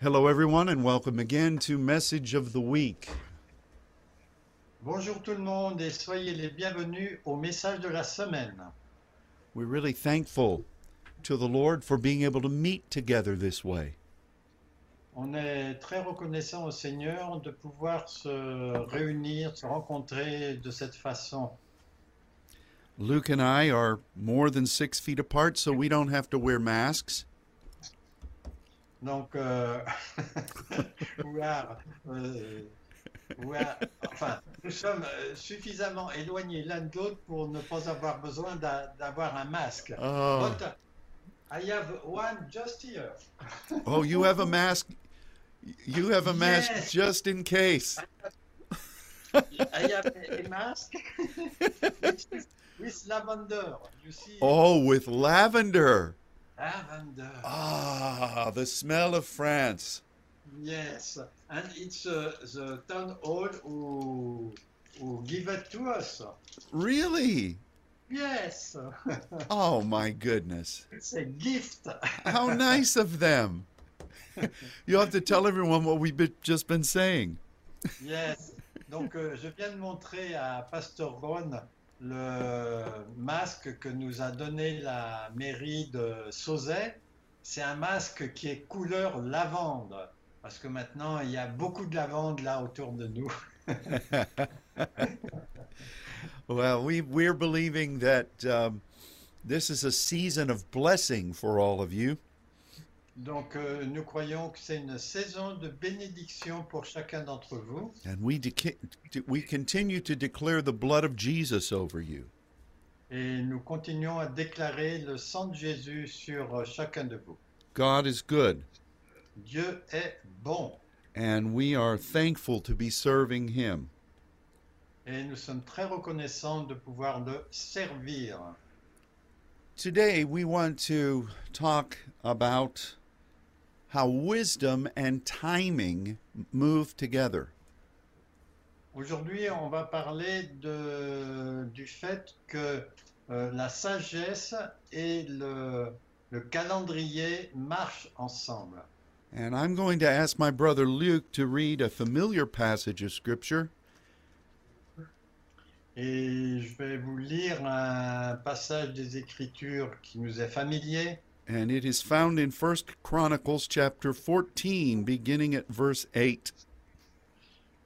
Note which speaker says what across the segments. Speaker 1: Hello, everyone, and welcome again to Message of the Week.
Speaker 2: Bonjour tout le monde et soyez les bienvenus au message de la semaine.
Speaker 1: We're really thankful to the Lord for being able to meet together this way.
Speaker 2: On est très reconnaissant au Seigneur de pouvoir se réunir, se rencontrer de cette façon.
Speaker 1: Luke and I are more than six feet apart, so we don't have to wear masks.
Speaker 2: Donc, euh, we are, euh, we are- enfin, nous sommes euh, suffisamment éloignés l'un de l'autre pour ne pas avoir besoin d'a- d'avoir un masque.
Speaker 1: Oh,
Speaker 2: But I have one just here.
Speaker 1: oh you have a mask. You have a mask
Speaker 2: Yes.
Speaker 1: just in case.
Speaker 2: I have a, a mask which is with lavender. You see,
Speaker 1: Oh, with lavender.
Speaker 2: lavender.
Speaker 1: Ah, the smell of France.
Speaker 2: Yes, and it's uh, the town hall who, who give it to us.
Speaker 1: Really?
Speaker 2: Yes,
Speaker 1: Oh, my goodness.
Speaker 2: it's a gift.
Speaker 1: How nice of them. You'll have to tell everyone what we've been- just been saying.
Speaker 2: Yes. Donc, euh, je viens de montrer à Pasteur Ron le masque que nous a donné la mairie de Sauzet. C'est un masque qui est couleur lavande, parce que maintenant, il y a beaucoup de lavande là autour de nous.
Speaker 1: Well, we we're believing that um, this is a season of blessing for all of you,
Speaker 2: Donc, euh, nous croyons que c'est une saison de bénédiction pour chacun d'entre vous.
Speaker 1: and we dec- we continue to declare the blood of Jesus over you.
Speaker 2: Et nous continuons à déclarer le sang de Jésus sur euh, chacun de vous.
Speaker 1: God is good,
Speaker 2: Dieu est bon
Speaker 1: and we are thankful to be serving Him.
Speaker 2: et nous sommes très reconnaissants de pouvoir le servir.
Speaker 1: Today, we want to talk about how wisdom and timing move together.
Speaker 2: Aujourd'hui, on va parler de- du fait que euh, la sagesse et le, le calendrier marchent ensemble.
Speaker 1: And I'm going to ask my brother Luke to read a familiar passage of Scripture
Speaker 2: Et je vais vous lire un passage des Écritures qui nous est familier.
Speaker 1: and it is found in first chronicles chapter 14 beginning at verse 8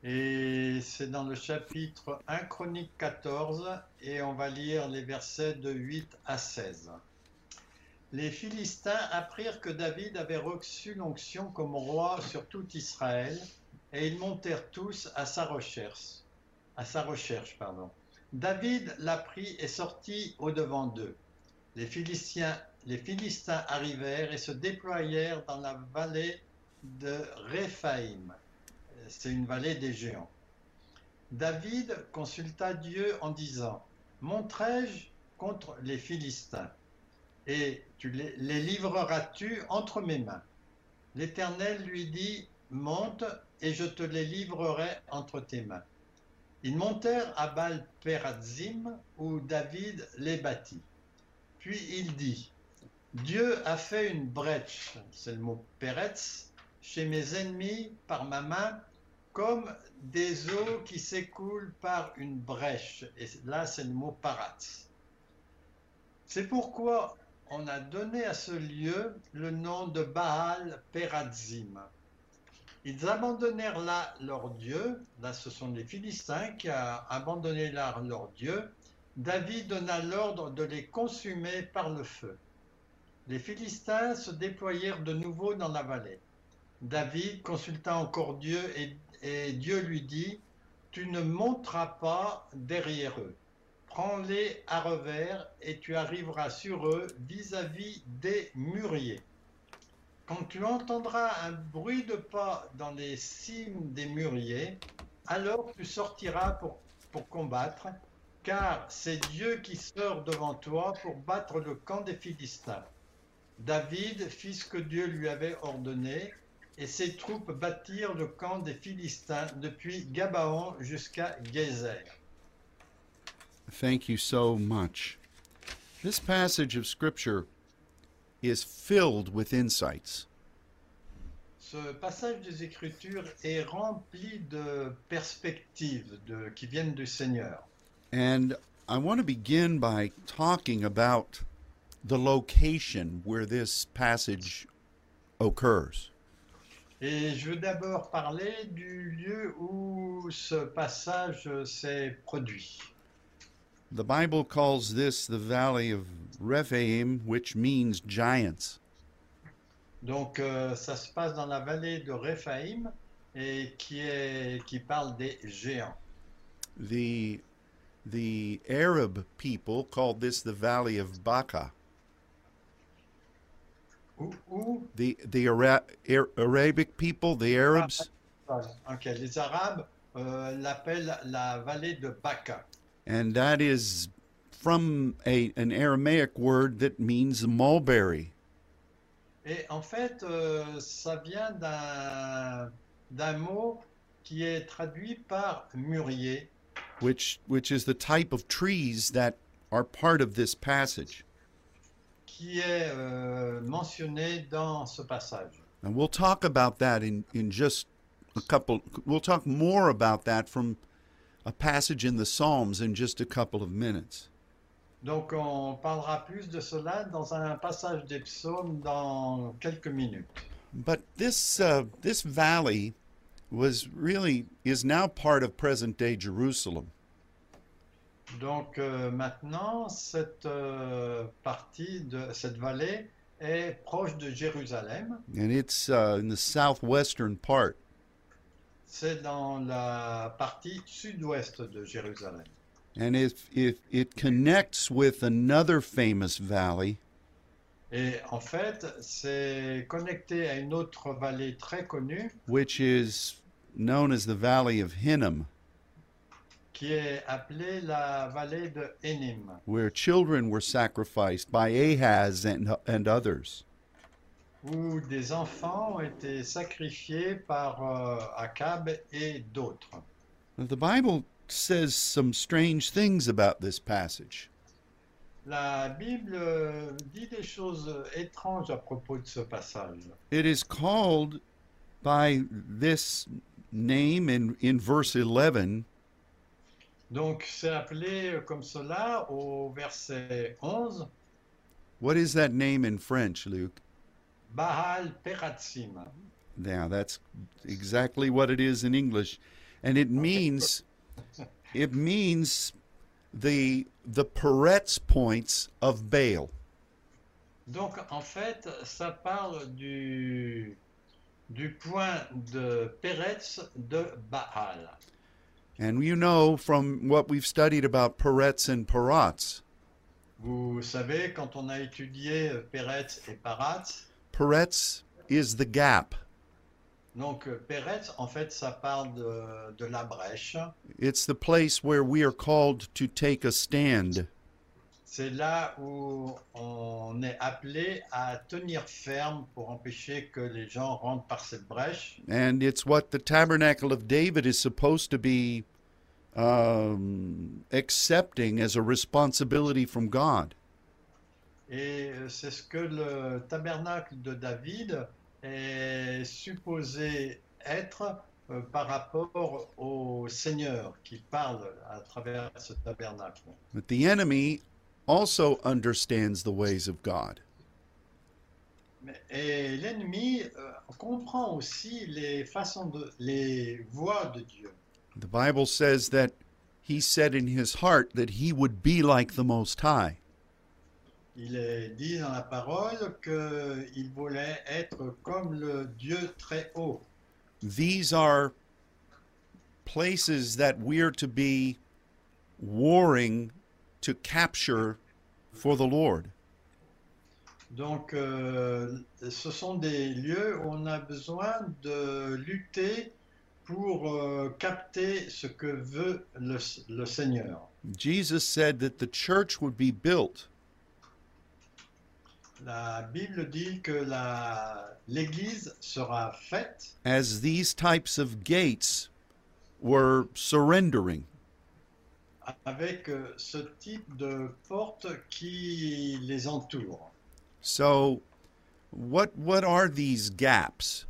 Speaker 2: Et c'est dans le chapitre 1 Chronique 14 et on va lire les versets de 8 à 16. Les Philistins apprirent que David avait reçu l'onction comme roi sur tout Israël et ils montèrent tous à sa recherche. À sa recherche, pardon. David l'apprit et sortit au-devant d'eux. Les Philistins, les Philistins arrivèrent et se déployèrent dans la vallée de Réphaïm c'est une vallée des géants. David consulta Dieu en disant, Monterai-je contre les Philistins Et tu les, les livreras-tu entre mes mains L'Éternel lui dit, Monte et je te les livrerai entre tes mains. Ils montèrent à Baal-Perazim où David les bâtit. Puis il dit, Dieu a fait une brèche, c'est le mot Peretz, chez mes ennemis par ma main comme des eaux qui s'écoulent par une brèche. Et là, c'est le mot parat. C'est pourquoi on a donné à ce lieu le nom de Baal Perazim. Ils abandonnèrent là leur Dieu. Là, ce sont les Philistins qui a abandonné là leur Dieu. David donna l'ordre de les consumer par le feu. Les Philistins se déployèrent de nouveau dans la vallée. David consulta encore Dieu et, et Dieu lui dit, Tu ne monteras pas derrière eux. Prends-les à revers et tu arriveras sur eux vis-à-vis des mûriers. Quand tu entendras un bruit de pas dans les cimes des mûriers, alors tu sortiras pour, pour combattre, car c'est Dieu qui sort devant toi pour battre le camp des Philistins. David fit ce que Dieu lui avait ordonné, et ses troupes battirent le camp des Philistins depuis Gabaon jusqu'à Gézer.
Speaker 1: thank you so much this passage of scripture is filled with insights
Speaker 2: ce passage des Écritures est rempli de perspectives de- qui viennent du Seigneur.
Speaker 1: And I want to begin by talking about the location where this passage occurs.
Speaker 2: Et je veux d'abord parler du lieu où ce passage s'est produit.
Speaker 1: The Bible calls this the valley of Rephaim, which means giants.
Speaker 2: Donc euh, ça se passe dans la vallée de Réphaïm et qui, est, qui parle des géants.
Speaker 1: The the Arab people called this the valley of Baca.
Speaker 2: Où, où-
Speaker 1: The the Ara- Ar- Arabic people, the Arabs,
Speaker 2: ok, les Arabes euh, l'appellent la vallée de Baca.
Speaker 1: and that is from a an Aramaic word that means mulberry.
Speaker 2: Et en fait, euh, ça vient d'un d'un mot qui est traduit par mûrier,
Speaker 1: which which is the type of trees that are part of this passage.
Speaker 2: qui est euh, mentionné dans ce passage.
Speaker 1: And we'll talk about that in in just a couple we'll talk more about that from a passage in the Psalms in just a couple of minutes.
Speaker 2: Donc, on parlera plus de cela dans un passage des psaumes dans quelques minutes.
Speaker 1: But this uh, this valley was really is now part of present-day Jerusalem.
Speaker 2: Donc, euh, maintenant, cette euh, partie de cette vallée est proche de Jérusalem.
Speaker 1: And it's uh, in the southwestern part.
Speaker 2: C'est dans la partie sud-ouest de Jérusalem.
Speaker 1: And if if it connects with another famous valley
Speaker 2: Et en fait, c'est connecté à une autre vallée très connue
Speaker 1: which is known as the Valley of Hinnom.
Speaker 2: qui est appelée la vallée de Enim,
Speaker 1: where children were sacrificed by Ahaz and, and others.
Speaker 2: où des enfants ont été sacrifiés par euh, Akab et d'autres.
Speaker 1: The Bible says some strange things about this passage.
Speaker 2: La Bible euh, dit des choses étranges à propos de ce passage.
Speaker 1: It is called by this name in, in verse 11,
Speaker 2: Donc c'est appelé comme cela au verset 11,
Speaker 1: what is that name in French, Luke?
Speaker 2: Baal Peratsim.
Speaker 1: Now, that's exactly what it is in English. And it means, it means the, the Peretz points of Baal.
Speaker 2: Donc, en fait, ça parle du, du point de Peretz de Baal.
Speaker 1: And you know from what we've studied about Peretz and Parats,
Speaker 2: Vous savez, quand on a étudié euh, Peretz et Paratz,
Speaker 1: Peretz is the gap.
Speaker 2: donc euh, Peretz, en fait, ça parle de, de la brèche.
Speaker 1: It's the place where we are called to take a stand.
Speaker 2: C'est là où on est appelé à tenir ferme pour empêcher que les gens rentrent par cette brèche.
Speaker 1: And it's what the tabernacle of David is supposed to be um, accepting as a responsibility from God.
Speaker 2: Et euh, c'est ce que le tabernacle de David est supposé être euh, par rapport au Seigneur qui parle à travers ce tabernacle.
Speaker 1: But the enemy also understands the ways of God.
Speaker 2: Mais- Et l'ennemi euh, comprend aussi les façons de, les voies de Dieu.
Speaker 1: The Bible says that he said in his heart that he would be like the Most High.
Speaker 2: Il est dit dans la parole qu'il voulait être comme le Dieu très haut.
Speaker 1: these are places that we're to be warring to capture for the Lord.
Speaker 2: Donc, euh, ce sont des lieux où on a besoin de lutter pour euh, capter ce que veut le, le Seigneur.
Speaker 1: Jesus said that the church would be built
Speaker 2: La Bible dit que la- l'Église sera faite
Speaker 1: as these types of gates were surrendering.
Speaker 2: avec euh, ce type de porte qui les entoure.
Speaker 1: So what what are these gaps?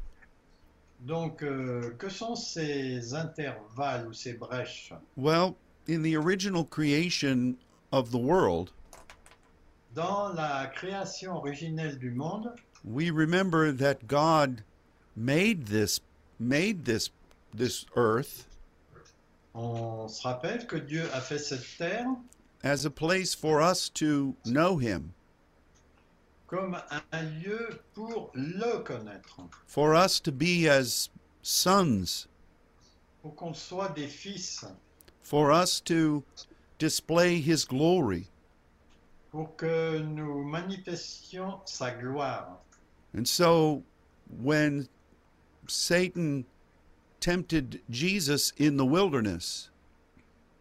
Speaker 2: Donc, euh, que sont ces intervalles ou ces brèches
Speaker 1: Well, in the original creation of the world,
Speaker 2: Dans la création originelle du monde,
Speaker 1: we remember that God made this made this this earth
Speaker 2: on se rappelle que Dieu a fait cette terre
Speaker 1: as a place for us to know him,
Speaker 2: comme un lieu pour le connaître,
Speaker 1: for us to be as sons,
Speaker 2: pour qu'on soit des fils,
Speaker 1: for us to display his glory.
Speaker 2: pour que nous manifestions sa gloire.
Speaker 1: And so when Satan tempted Jesus in the wilderness,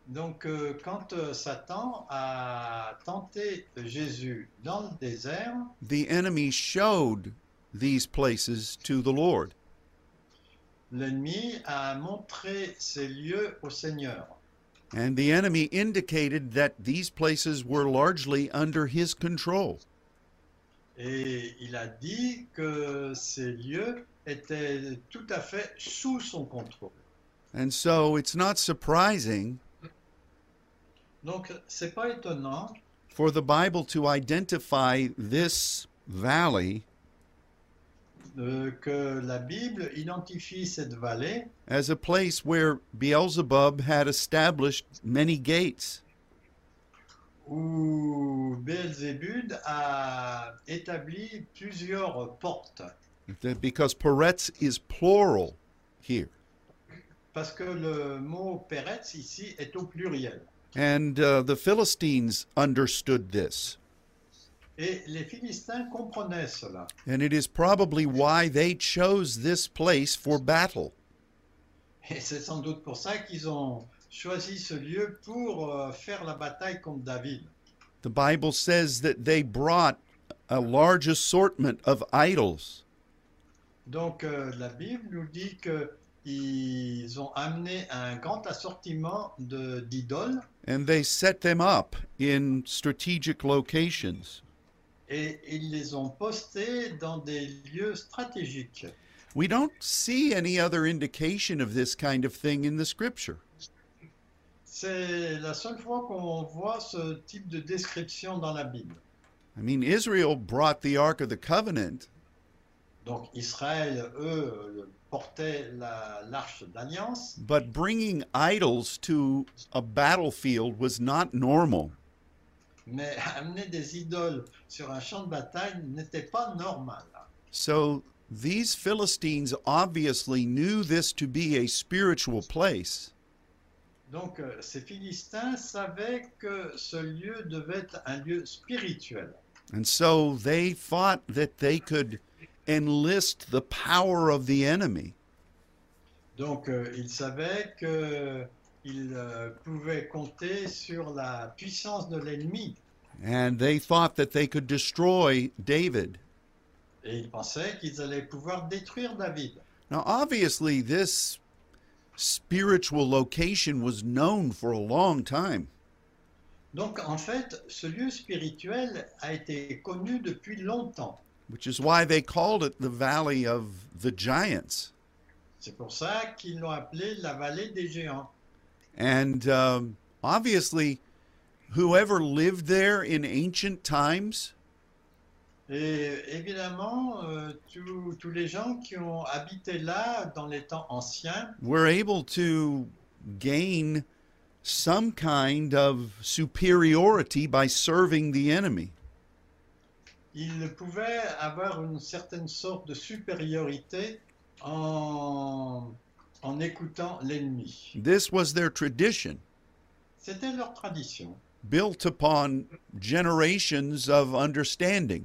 Speaker 2: Donc, euh, quand euh, Satan a tenté Jésus dans le désert,
Speaker 1: the enemy showed these places to the Lord.
Speaker 2: l'ennemi a montré ces lieux au Seigneur.
Speaker 1: And the enemy indicated that these places were largely under his control.
Speaker 2: Et il a dit que ces lieux étaient tout à fait sous son contrôle.
Speaker 1: And so it's not surprising
Speaker 2: Donc, c'est pas étonnant
Speaker 1: for the Bible to identify this valley
Speaker 2: euh, que la Bible identifie cette vallée
Speaker 1: as a place where Beelzebub had established many gates.
Speaker 2: où Beelzébud a établi plusieurs portes.
Speaker 1: That- because Peretz is plural here.
Speaker 2: Parce que le mot Peretz ici est au pluriel.
Speaker 1: And uh, the Philistines understood this.
Speaker 2: Et les Philistins comprenaient cela.
Speaker 1: And it is probably why they chose this place for battle.
Speaker 2: Et c'est sans doute pour ça qu'ils ont choisi ce lieu pour euh, faire la bataille contre David.
Speaker 1: The Bible says that they brought a large assortment of idols.
Speaker 2: Donc euh, la Bible nous dit qu'ils ont amené un grand assortiment de- d'idoles
Speaker 1: And they set them up in strategic locations.
Speaker 2: et ils les ont postés dans des lieux stratégiques.
Speaker 1: We don't see any other indication of this kind of thing in the scripture.
Speaker 2: C'est la seule fois qu'on voit ce type de description dans la Bible.
Speaker 1: I mean, Israel brought the Ark of the Covenant,
Speaker 2: Donc Israël, eux, portait la- l'arche d'alliance,
Speaker 1: but bringing idols to a battlefield was not normal.
Speaker 2: mais amener des idoles sur un champ de bataille n'était pas normal.
Speaker 1: So these Philistines obviously knew this to be a spiritual place,
Speaker 2: Donc euh, ces Philistins savaient que ce lieu devait être un lieu spirituel.
Speaker 1: and so they thought that they could enlist the power of the enemy
Speaker 2: Donc euh, ils savaient qu'ils pouvaient compter sur la puissance de l'ennemi.
Speaker 1: and they thought that they could destroy David.
Speaker 2: Et ils pensaient qu'ils allaient pouvoir détruire David.
Speaker 1: Now, obviously, this spiritual location was known for a long time.
Speaker 2: Donc en fait, ce lieu spirituel a été connu depuis longtemps.
Speaker 1: which is why they called it the Valley of the Giants.
Speaker 2: C'est pour ça qu'ils l'ont appelé la vallée des géants.
Speaker 1: And um, obviously, whoever lived there in ancient times
Speaker 2: Et évidemment, euh, tous- tous les gens qui ont habité là dans les temps anciens
Speaker 1: were able to gain some kind of superiority by serving the enemy.
Speaker 2: il pouvait avoir une certaine sorte de supériorité en, en écoutant l'ennemi.
Speaker 1: This was their tradition,
Speaker 2: C'était leur tradition,
Speaker 1: built upon generations of understanding.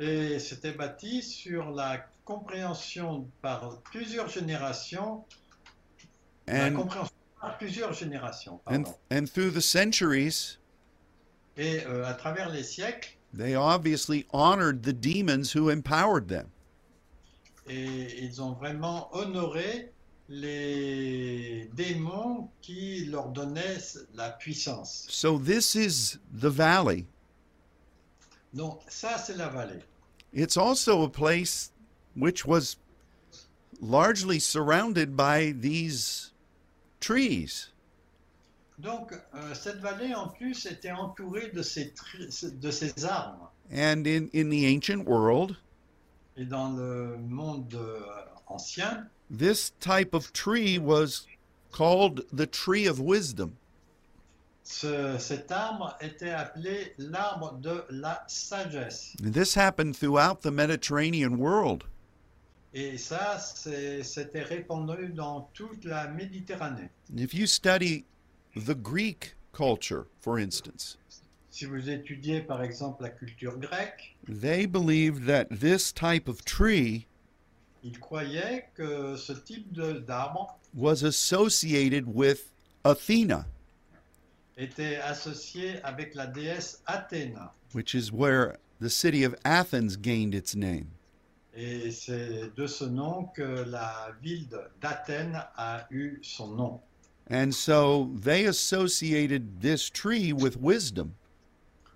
Speaker 2: et c'était bâti sur la compréhension par plusieurs générations, la
Speaker 1: And,
Speaker 2: compréhension par plusieurs générations,
Speaker 1: and,
Speaker 2: pardon.
Speaker 1: and through the centuries,
Speaker 2: Et euh, à travers les siècles,
Speaker 1: they obviously honored the demons who empowered them.
Speaker 2: et ils ont vraiment honoré les démons qui leur donnaient la puissance.
Speaker 1: So this is the valley.
Speaker 2: Donc ça, c'est la vallée.
Speaker 1: It's also a place which was largely surrounded by these trees.
Speaker 2: Donc, euh, cette vallée, en plus, était entourée de ces, tri- de ces arbres.
Speaker 1: And in, in the ancient world,
Speaker 2: Et dans le monde euh, ancien,
Speaker 1: this type of tree was called the tree of wisdom.
Speaker 2: ce- cet arbre était appelé l'arbre de la sagesse.
Speaker 1: And this happened throughout the Mediterranean world.
Speaker 2: Et ça, c'est- c'était répandu dans toute la Méditerranée.
Speaker 1: If you study the Greek culture, for instance,
Speaker 2: Si vous étudiez par exemple la culture grecque,
Speaker 1: they believed that this type of tree
Speaker 2: ils croyaient que ce type de- d'arbre
Speaker 1: was associated with Athena,
Speaker 2: était associé avec la déesse Athéna.
Speaker 1: which is where the city of Athens gained its name.
Speaker 2: Et c'est de ce nom que la ville de- d'Athènes a eu son nom.
Speaker 1: And so they associated this tree with wisdom.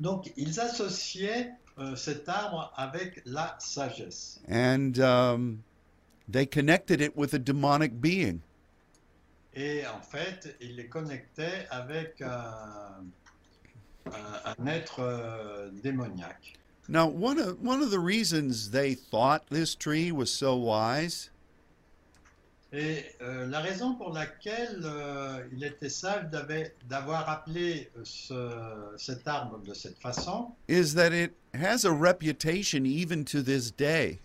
Speaker 2: Donc ils associaient euh, cet arbre avec la sagesse.
Speaker 1: And um, they connected it with a demonic being.
Speaker 2: Et en fait, ils les connectaient avec un, un- un être euh, démoniaque.
Speaker 1: Now, one of, one of the reasons they thought this tree was so wise
Speaker 2: Et euh, la raison pour laquelle euh, il était sage d'avait- d'avoir appelé ce- cet arbre de cette façon,
Speaker 1: is that it has a reputation even to this day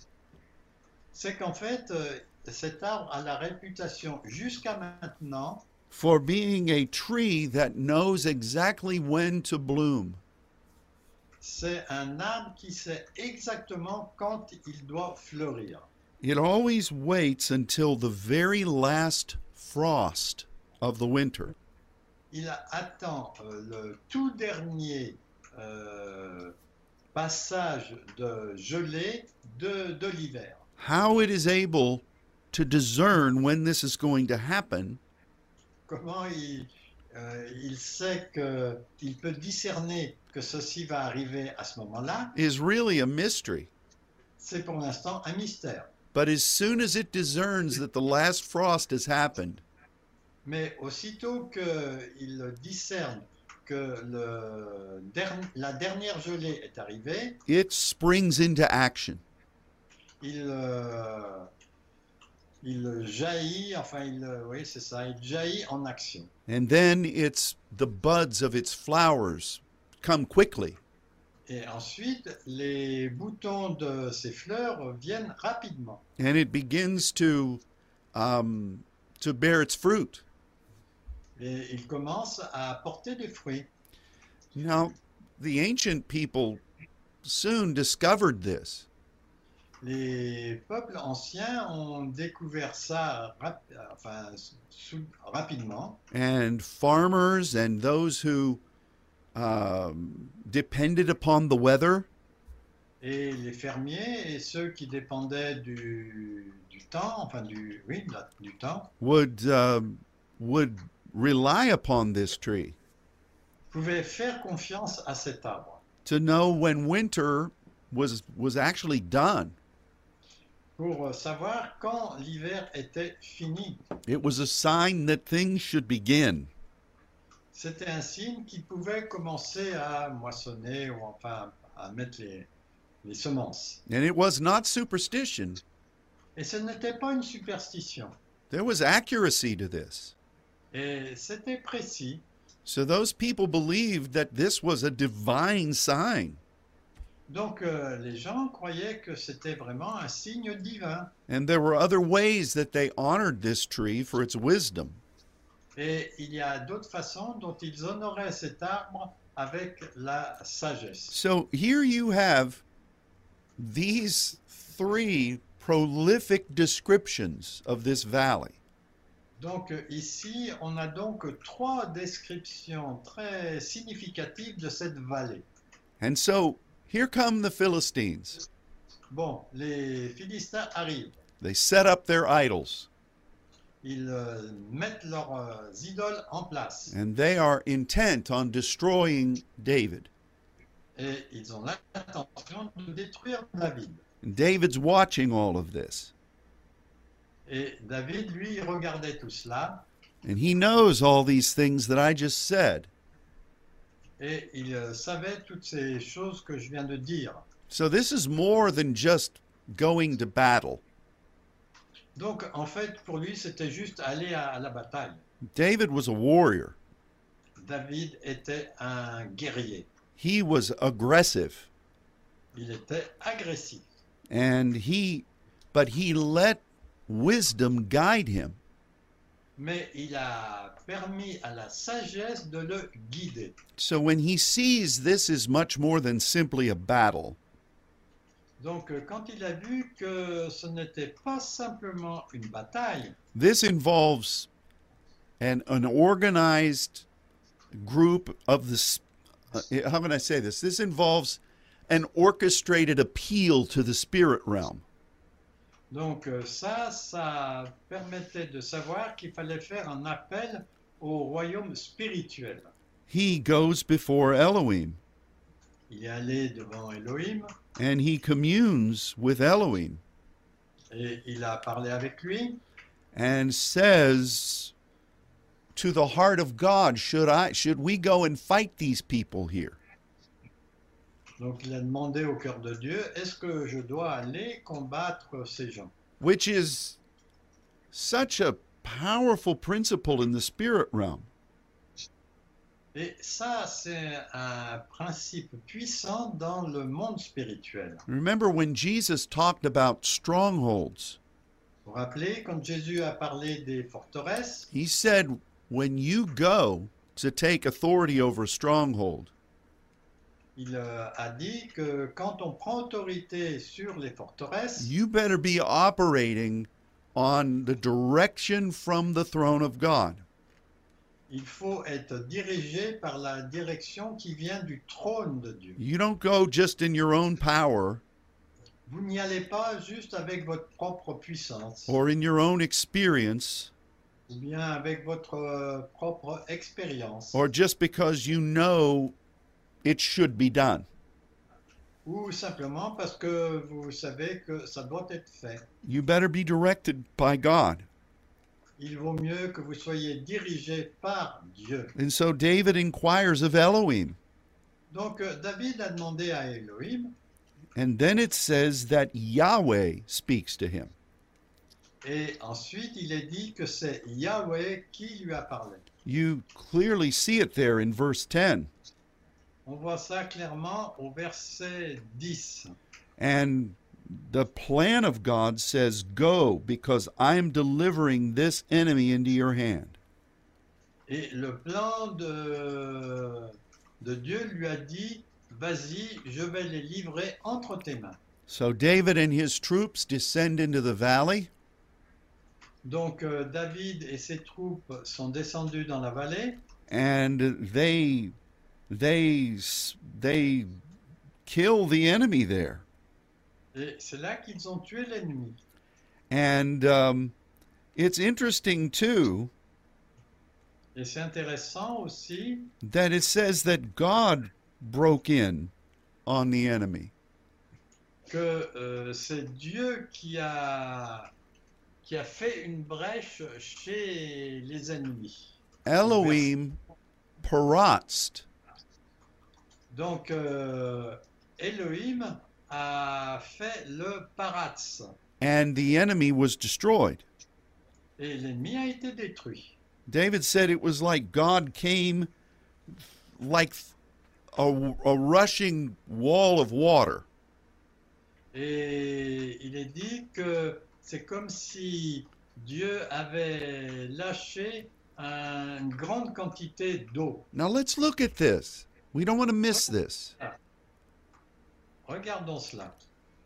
Speaker 2: c'est qu'en fait, euh, cet arbre a la réputation jusqu'à maintenant
Speaker 1: for being a tree that knows exactly when to bloom.
Speaker 2: C'est un arbre qui sait exactement quand il doit fleurir.
Speaker 1: It always waits until the very last frost of the winter.
Speaker 2: Il attend euh, le tout dernier euh, passage de gelée de, de l'hiver.
Speaker 1: How it is able to discern when this is going to happen
Speaker 2: Comment il, euh, il sait que il peut discerner que ceci va arriver à ce moment-là
Speaker 1: is really a mystery.
Speaker 2: C'est pour l'instant un mystère.
Speaker 1: But as soon as it discerns that the last frost has happened,
Speaker 2: Mais aussitôt qu'il discerne que le der- la dernière gelée est arrivée,
Speaker 1: it springs into action.
Speaker 2: il, euh, il jaillit, enfin, il, euh, oui, c'est ça, il jaillit en action.
Speaker 1: And then it's the buds of its flowers come quickly.
Speaker 2: Et ensuite, les boutons de ces fleurs viennent rapidement
Speaker 1: and it begins to um, to bear its fruit.
Speaker 2: et ils commencent à porter des fruits.
Speaker 1: Now, the ancient people soon discovered this,
Speaker 2: Les peuples anciens ont découvert ça rap- enfin, sou- rapidement
Speaker 1: and farmers and those who um, depended upon the weather
Speaker 2: et les fermiers et ceux qui dépendaient du, du temps, enfin du, oui, de la- du temps,
Speaker 1: would um, would rely upon this tree
Speaker 2: pouvaient faire confiance à cet arbre.
Speaker 1: to know when winter was was actually done.
Speaker 2: pour euh, savoir quand l'hiver était fini.
Speaker 1: It was a sign that things should begin.
Speaker 2: C'était un signe qu'ils pouvaient commencer à moissonner ou enfin à mettre les, les semences.
Speaker 1: And it was not superstition.
Speaker 2: Et ce n'était pas une superstition.
Speaker 1: There was accuracy to this.
Speaker 2: Et c'était précis.
Speaker 1: So those people believed that this was a divine sign.
Speaker 2: Donc euh, les gens croyaient que c'était vraiment un signe divin.
Speaker 1: And there were other ways that they honored this tree for its wisdom.
Speaker 2: Et il y a d'autres façons dont ils honoraient cet arbre avec la sagesse.
Speaker 1: So here you have these three prolific descriptions of this valley.
Speaker 2: Donc euh, ici, on a donc trois descriptions très significatives de cette vallée.
Speaker 1: And so here come the Philistines.
Speaker 2: Bon, les Philistins arrivent.
Speaker 1: They set up their idols
Speaker 2: Ils euh, mettent leurs euh, idoles en place
Speaker 1: and they are intent on destroying David.
Speaker 2: et ils ont l'intention de détruire David.
Speaker 1: And David's watching all of this.
Speaker 2: Et David, lui, il regardait tout cela
Speaker 1: And he knows all these things that I just said.
Speaker 2: et il euh, savait toutes ces choses que je viens de dire.
Speaker 1: So this is more than just going to battle.
Speaker 2: Donc, en fait, pour lui, c'était juste aller à, à la bataille.
Speaker 1: David was a warrior,
Speaker 2: David était un guerrier.
Speaker 1: he was aggressive,
Speaker 2: Il était agressif.
Speaker 1: and he, but he let wisdom guide him.
Speaker 2: Mais il a permis à la sagesse de le guider.
Speaker 1: So when he sees this is much more than simply a battle,
Speaker 2: Donc, euh, quand il a vu que ce n'était pas simplement une bataille,
Speaker 1: this involves an, an organized group of the s- uh, how can i say this this involves an orchestrated appeal to the spirit realm
Speaker 2: donc euh, ça, ça permettait de savoir qu'il fallait faire un appel au royaume spirituel.
Speaker 1: he goes before elohim
Speaker 2: Il est allé devant Elohim
Speaker 1: and he communes with elohim
Speaker 2: et il a parlé avec lui
Speaker 1: and says to the heart of god should i should we go and fight these people here
Speaker 2: Donc il a demandé au cœur de Dieu, est-ce que je dois aller combattre ces gens
Speaker 1: which is such a powerful principle in the spirit realm
Speaker 2: Et ça, c'est un principe puissant dans le monde spirituel.
Speaker 1: Remember when Jesus talked about strongholds,
Speaker 2: Vous vous rappelez, quand Jésus a parlé des forteresses,
Speaker 1: he said, When you go to take authority over a stronghold,
Speaker 2: il euh, a dit que quand on prend autorité sur les forteresses,
Speaker 1: you better be operating on the direction from the throne of God.
Speaker 2: il faut être dirigé par la direction qui vient du trône de Dieu.
Speaker 1: You don't go just in your own power
Speaker 2: Vous n'y allez pas juste avec votre propre puissance
Speaker 1: or in your own experience
Speaker 2: ou bien avec votre euh, propre expérience.
Speaker 1: or just because you know it should be done.
Speaker 2: ou simplement parce que vous savez que ça doit être fait.
Speaker 1: You better be directed by God.
Speaker 2: Il vaut mieux que vous soyez dirigé par Dieu.
Speaker 1: And so David inquires of Elohim.
Speaker 2: Donc euh, David a demandé à Elohim,
Speaker 1: And then it says that Yahweh speaks to him.
Speaker 2: et ensuite il est dit que c'est Yahweh qui lui a parlé.
Speaker 1: You clearly see it there in verse 10.
Speaker 2: On voit ça clairement au verset 10.
Speaker 1: And the plan of God says, Go, because I'm delivering this enemy into your hand.
Speaker 2: Et le plan de, de Dieu lui a dit, vas-y, je vais les livrer entre tes mains.
Speaker 1: So David and his troops descend into the valley,
Speaker 2: Donc euh, David et ses troupes sont descendus dans la vallée.
Speaker 1: and they they they kill the enemy there.
Speaker 2: Et c'est là qu'ils ont tué l'ennemi.
Speaker 1: And um, it's interesting too
Speaker 2: Et c'est intéressant aussi
Speaker 1: that it says that God broke in on the enemy.
Speaker 2: que euh, c'est Dieu qui a, qui a fait une brèche chez les ennemis.
Speaker 1: Elohim paratzt.
Speaker 2: Donc euh, Elohim a fait le paratz
Speaker 1: and the enemy was destroyed.
Speaker 2: et l'ennemi a été détruit.
Speaker 1: David said it was like God came like a, a rushing wall of water.
Speaker 2: Et il est dit que c'est comme si Dieu avait lâché un- une grande quantité d'eau.
Speaker 1: Now let's look at this. We don't want to miss this.
Speaker 2: Regardons cela.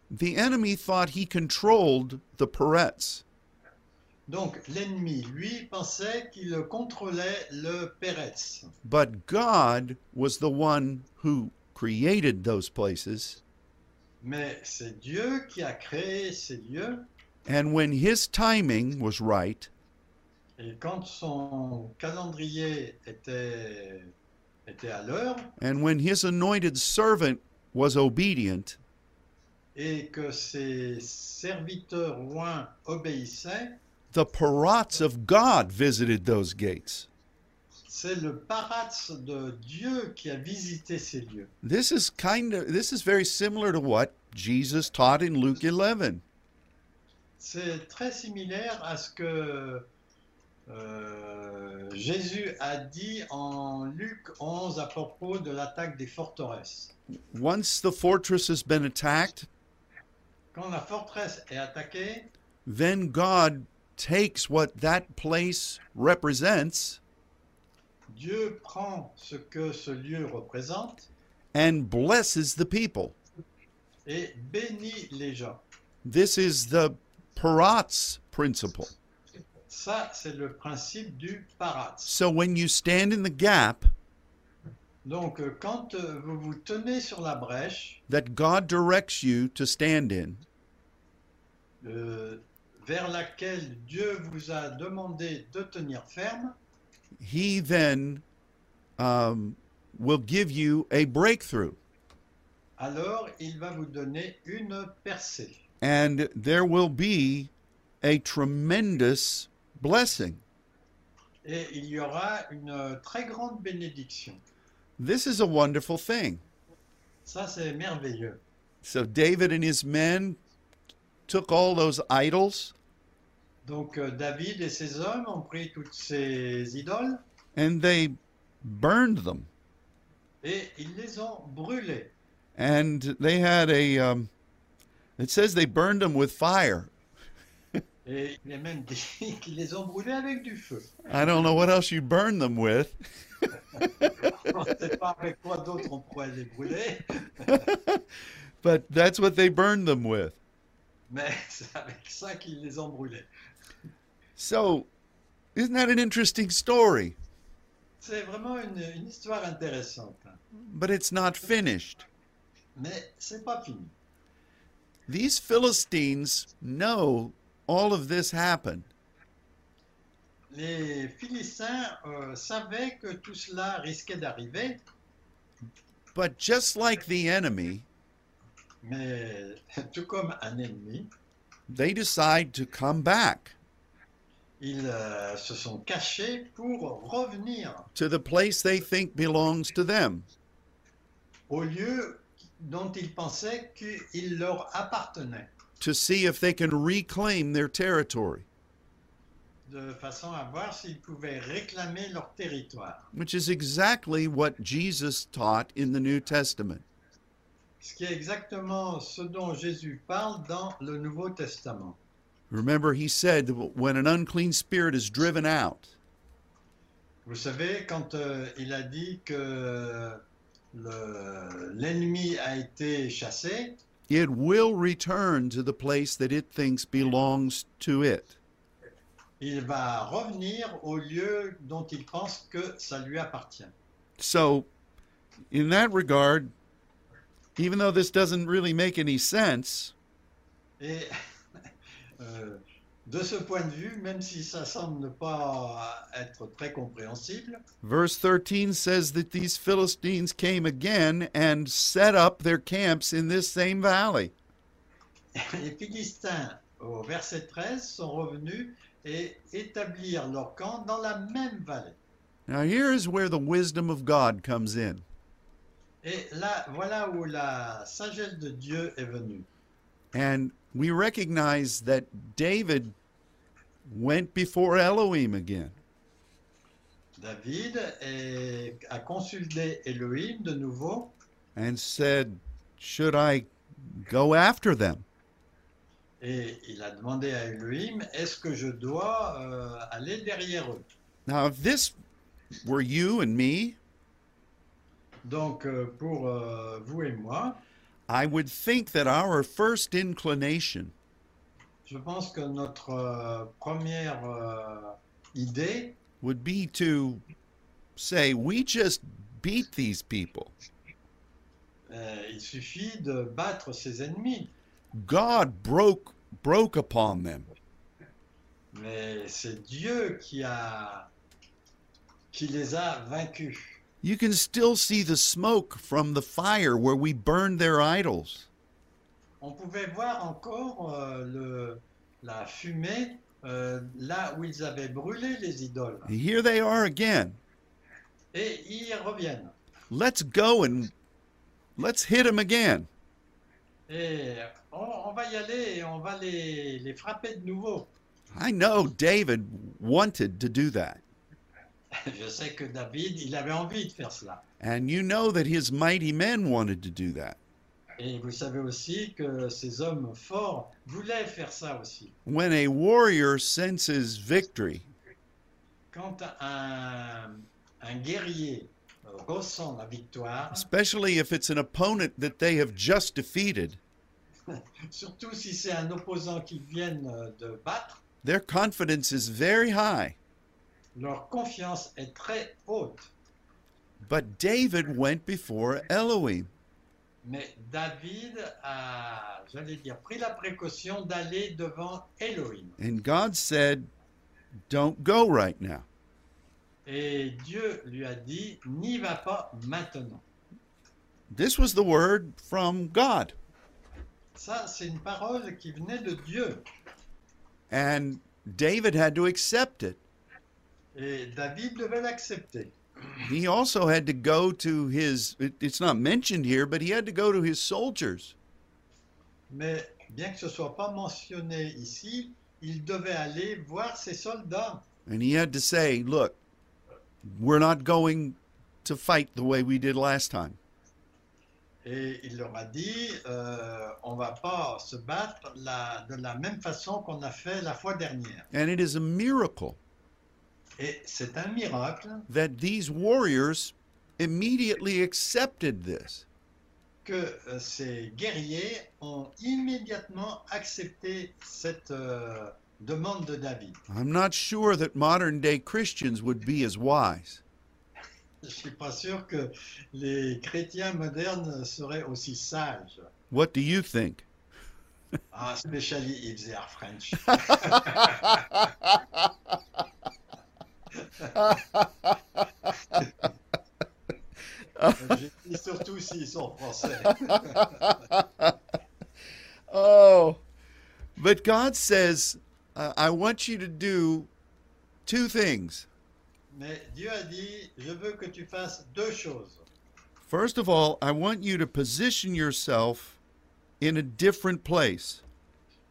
Speaker 1: The enemy thought he controlled the Peretz,
Speaker 2: Donc l'ennemi, lui, pensait qu'il contrôlait le Peretz.
Speaker 1: but God was the one who created those places.
Speaker 2: Mais c'est Dieu qui a créé ces lieux.
Speaker 1: And when his timing was right,
Speaker 2: Et quand son calendrier était, était à l'heure
Speaker 1: and when his anointed servant was obedient,
Speaker 2: et que ses serviteurs loin obéissaient,
Speaker 1: The parrots of God visited those gates.
Speaker 2: C'est le paratz de Dieu qui a visité ces lieux.
Speaker 1: This is kind of this is very similar to what Jesus taught in Luke 11.
Speaker 2: C'est très similaire à ce que euh, Jésus a dit en Luc 11 à propos de l'attaque des forteresses.
Speaker 1: Once the fortress has been attacked,
Speaker 2: Quand la forteresse est attaquée,
Speaker 1: then God takes what that place represents
Speaker 2: Dieu prend ce que ce lieu représente
Speaker 1: and blesses the people.
Speaker 2: et bénit les gens.
Speaker 1: This is the parrots principle.
Speaker 2: Ça, c'est le principe du paratz.
Speaker 1: So when you stand in the gap
Speaker 2: Donc, euh, quand euh, vous vous tenez sur la brèche
Speaker 1: that God directs you to stand in,
Speaker 2: euh, vers laquelle Dieu vous a demandé de tenir ferme,
Speaker 1: He then um, will give you a breakthrough.
Speaker 2: alors il va vous donner une percée.
Speaker 1: and there will be a tremendous blessing.
Speaker 2: Et il y aura une euh, très grande bénédiction.
Speaker 1: This is a wonderful thing.
Speaker 2: Ça, c'est merveilleux.
Speaker 1: So David and his men took all those idols
Speaker 2: Donc, euh, David et ses hommes ont pris toutes ces idoles
Speaker 1: and they burned them.
Speaker 2: et ils les ont brûlées.
Speaker 1: And they had a, um, it says they burned them with fire.
Speaker 2: Et il est même dit qu'ils les ont brûlés avec du feu.
Speaker 1: I don't know what else you burn them with.
Speaker 2: On ne sait pas avec quoi d'autre on pourrait les brûler,
Speaker 1: but that's what they burned them with.
Speaker 2: mais c'est avec ça qu'ils les ont brûlés.
Speaker 1: So, isn't that an interesting story?
Speaker 2: C'est vraiment une, une histoire intéressante, hein.
Speaker 1: But it's not finished.
Speaker 2: mais c'est pas fini.
Speaker 1: These Philistines know all of this happened.
Speaker 2: Les Philistins euh, savaient que tout cela risquait d'arriver,
Speaker 1: But just like the enemy,
Speaker 2: mais tout comme un ennemi,
Speaker 1: they decide to come back
Speaker 2: ils euh, se sont cachés pour revenir
Speaker 1: to the place they think belongs to them.
Speaker 2: au lieu dont ils pensaient qu'il leur appartenait,
Speaker 1: To see if they can reclaim their territory,
Speaker 2: de façon à voir s'ils pouvaient réclamer leur territoire.
Speaker 1: which is exactly what Jesus taught in the New Testament.
Speaker 2: Ce qui est exactement ce dont Jésus parle dans le Nouveau Testament.
Speaker 1: Remember, he said that when an unclean spirit is driven out,
Speaker 2: Vous savez, quand euh, il a dit que le- l'ennemi a été chassé,
Speaker 1: it will return to the place that it thinks belongs to it.
Speaker 2: il va revenir au lieu dont il pense que ça lui appartient.
Speaker 1: So, in that regard, even though this doesn't really make any sense,
Speaker 2: Et euh, de ce point de vue, même si ça semble ne pas être très compréhensible,
Speaker 1: Verse 13 says that these Philistines came again and set up their camps in this same valley.
Speaker 2: les Philistins, au verset 13, sont revenus et établirent leur camp dans la même vallée.
Speaker 1: Now, here is where the wisdom of God comes in.
Speaker 2: Et là, voilà où la sagesse de Dieu est venue.
Speaker 1: And we recognize that David went before Elohim again.
Speaker 2: David est- a consulté Elohim de nouveau
Speaker 1: and said, Should I go after them?
Speaker 2: et il a demandé à Elohim, est-ce que je dois euh, aller derrière eux
Speaker 1: Now, if this were you and me,
Speaker 2: Donc euh, pour euh, vous et moi,
Speaker 1: I would think that our first inclination
Speaker 2: je pense que notre euh, première euh, idée,
Speaker 1: would be to say, We just beat these people.
Speaker 2: euh, il suffit de battre ses ennemis.
Speaker 1: God broke broke upon them.
Speaker 2: Mais c'est Dieu qui, a, qui les a vaincus.
Speaker 1: You can still see the smoke from the fire where we burned their idols.
Speaker 2: on pouvait voir encore euh, le- la fumée euh, là où ils avaient brûlé les idoles.
Speaker 1: And here they are again.
Speaker 2: Et ils reviennent.
Speaker 1: Let's go and let's hit them again.
Speaker 2: Et on, on va y aller et on va les, les frapper de nouveau.
Speaker 1: I know David wanted to do that.
Speaker 2: Je sais que David, il avait envie de faire cela.
Speaker 1: And you know that his mighty men wanted to do that.
Speaker 2: Et vous savez aussi que ces hommes forts voulaient faire ça aussi.
Speaker 1: When a warrior senses victory,
Speaker 2: Quand un, un guerrier ressent la victoire,
Speaker 1: especially if it's an opponent that they have just defeated,
Speaker 2: surtout si c'est un opposant qu'ils viennent de battre,
Speaker 1: their confidence is very high.
Speaker 2: leur confiance est très haute.
Speaker 1: But David went before Elohim.
Speaker 2: Mais David a, j'allais dire, pris la précaution d'aller devant Elohim.
Speaker 1: And God said, Don't go right now.
Speaker 2: Et Dieu lui a dit, n'y va pas maintenant.
Speaker 1: This was the word from God.
Speaker 2: Ça, c'est une parole qui venait de Dieu.
Speaker 1: And David had to accept it.
Speaker 2: Et David devait l'accepter.
Speaker 1: He also had to go to his, it- it's not mentioned here, but he had to go to his soldiers.
Speaker 2: Mais bien que ce soit pas mentionné ici, il devait aller voir ses soldats.
Speaker 1: And he had to say, Look, we're not going to fight the way we did last time.
Speaker 2: Et il leur a dit, euh, on va pas se battre la- de la même façon qu'on a fait la fois dernière.
Speaker 1: And it is a miracle
Speaker 2: Et c'est un miracle
Speaker 1: that these warriors immediately accepted this.
Speaker 2: que euh, ces guerriers ont immédiatement accepté cette euh, demande de David.
Speaker 1: I'm not sure that modern day Christians would be as wise.
Speaker 2: Je ne suis pas sûr que les chrétiens modernes seraient aussi sages.
Speaker 1: What do you think?
Speaker 2: Ah, especially if they are French. Je dis surtout s'ils sont français.
Speaker 1: Oh. But God says, uh, I want you to do two things.
Speaker 2: Mais Dieu a dit, je veux que tu fasses deux choses.
Speaker 1: First of all, I want you to position yourself in a different place.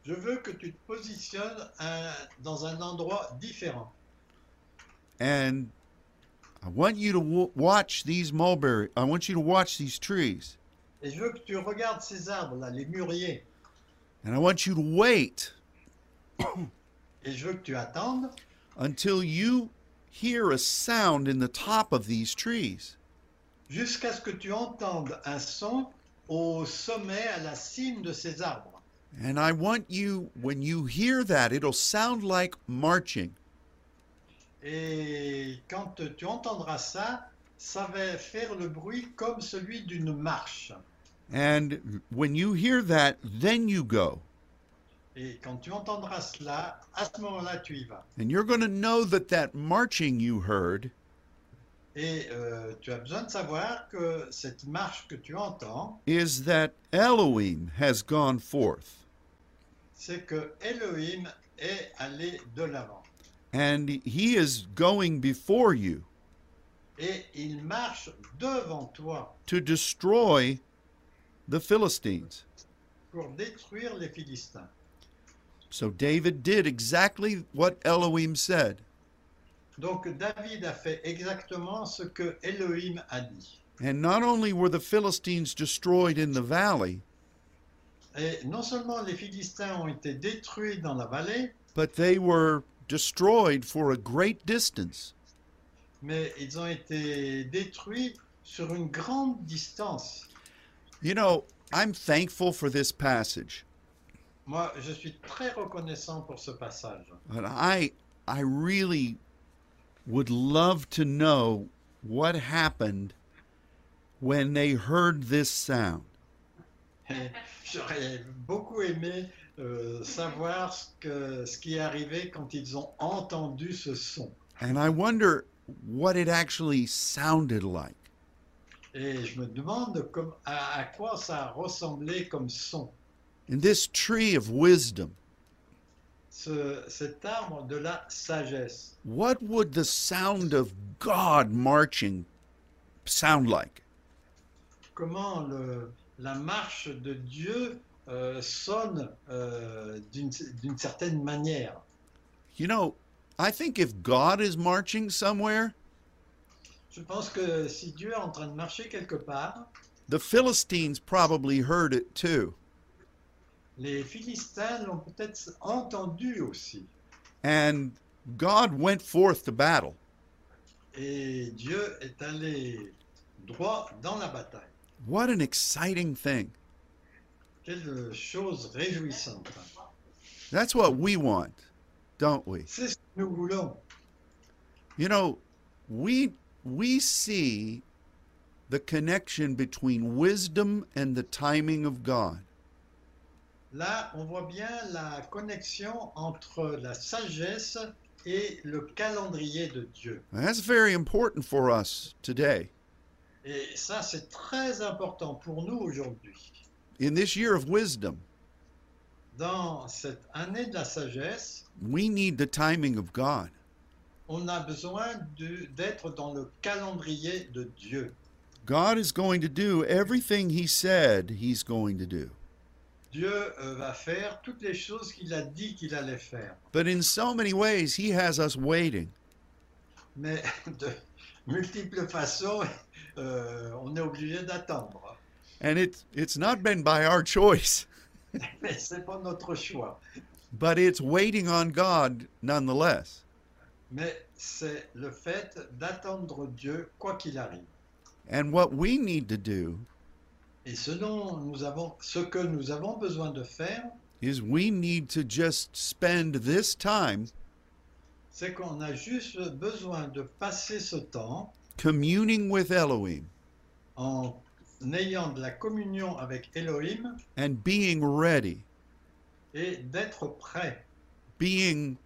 Speaker 2: Je veux que tu te positionnes à- dans un endroit différent.
Speaker 1: And I want you to w- watch these mulberry. I want you to watch these trees.
Speaker 2: Et je veux que tu regardes ces arbres, là, les mûriers.
Speaker 1: And I want you to wait
Speaker 2: Et je veux que tu attendes
Speaker 1: until you hear a sound in the top of these trees.
Speaker 2: jusqu'à ce que tu entendes un son au sommet, à la cime de ces arbres.
Speaker 1: And I want you, when you hear that, it'll sound like marching.
Speaker 2: Et quand tu entendras ça, ça va faire le bruit comme celui d'une marche.
Speaker 1: And when you hear that, then you go.
Speaker 2: Et quand tu entendras cela, à ce moment-là, tu y vas.
Speaker 1: And you're going to know that that marching you heard
Speaker 2: Et euh, tu as besoin de savoir que cette marche que tu entends,
Speaker 1: is that Elohim has gone forth.
Speaker 2: c'est que Elohim est allé de l'avant.
Speaker 1: And he is going before you
Speaker 2: Et il marche devant toi
Speaker 1: to destroy the Philistines.
Speaker 2: pour détruire les Philistins.
Speaker 1: So David did exactly what Elohim said.
Speaker 2: Donc David a fait exactement ce que Elohim a dit.
Speaker 1: And not only were the Philistines destroyed in the valley,
Speaker 2: Et non seulement les Philistins ont été détruits dans la vallée,
Speaker 1: but they were destroyed for a great distance.
Speaker 2: mais ils ont été détruits sur une grande distance.
Speaker 1: You know, I'm thankful for this passage,
Speaker 2: Moi, je suis très reconnaissant pour ce passage.
Speaker 1: but I I really would love to know what happened when they heard this sound.
Speaker 2: Et J'aurais beaucoup aimé euh, savoir ce, que- ce qui est arrivé quand ils ont entendu ce son.
Speaker 1: And I wonder what it actually sounded like.
Speaker 2: Et je me demande comme- à, à quoi ça ressemblait comme son.
Speaker 1: And this tree of wisdom,
Speaker 2: ce- cet arbre de la sagesse.
Speaker 1: What would the sound of God marching sound like?
Speaker 2: Comment le- la marche de Dieu euh, sonne euh, d'une d'une certaine manière.
Speaker 1: You know, I think if God is marching somewhere,
Speaker 2: Je pense que si Dieu est en train de marcher quelque part,
Speaker 1: the Philistines probably heard it too.
Speaker 2: les Philistins l'ont peut-être entendu aussi.
Speaker 1: And God went forth to battle.
Speaker 2: Et Dieu est allé droit dans la bataille.
Speaker 1: What an exciting thing.
Speaker 2: Quelle chose réjouissante.
Speaker 1: That's what we want, don't we?
Speaker 2: C'est ce que nous voulons.
Speaker 1: You know, we we see the connection between wisdom and the timing of God.
Speaker 2: Là, on voit bien la connexion entre la sagesse et le calendrier de Dieu.
Speaker 1: And that's very important for us today.
Speaker 2: Et ça, c'est très important pour nous aujourd'hui.
Speaker 1: In this year of wisdom,
Speaker 2: Dans cette année de la sagesse,
Speaker 1: we need the timing of God.
Speaker 2: on a besoin de- d'être dans le calendrier de Dieu.
Speaker 1: God is going to do everything he said he's going to do.
Speaker 2: Dieu euh, va faire toutes les choses qu'il a dit qu'il allait faire.
Speaker 1: But in so many ways he has us waiting.
Speaker 2: Mais de multiples façons, euh, on est obligé d'attendre.
Speaker 1: And it's it's not been by our choice,
Speaker 2: Mais ce n'est pas notre choix.
Speaker 1: but it's waiting on God nonetheless.
Speaker 2: Mais c'est le fait d'attendre Dieu quoi qu'il arrive.
Speaker 1: And what we need to do
Speaker 2: Et ce, dont nous avons, ce que nous avons besoin de faire,
Speaker 1: is we need to just spend this time
Speaker 2: c'est qu'on a juste besoin de passer ce temps
Speaker 1: communing with Elohim
Speaker 2: en ayant de la communion avec Elohim
Speaker 1: and being ready,
Speaker 2: et d'être prêt,
Speaker 1: being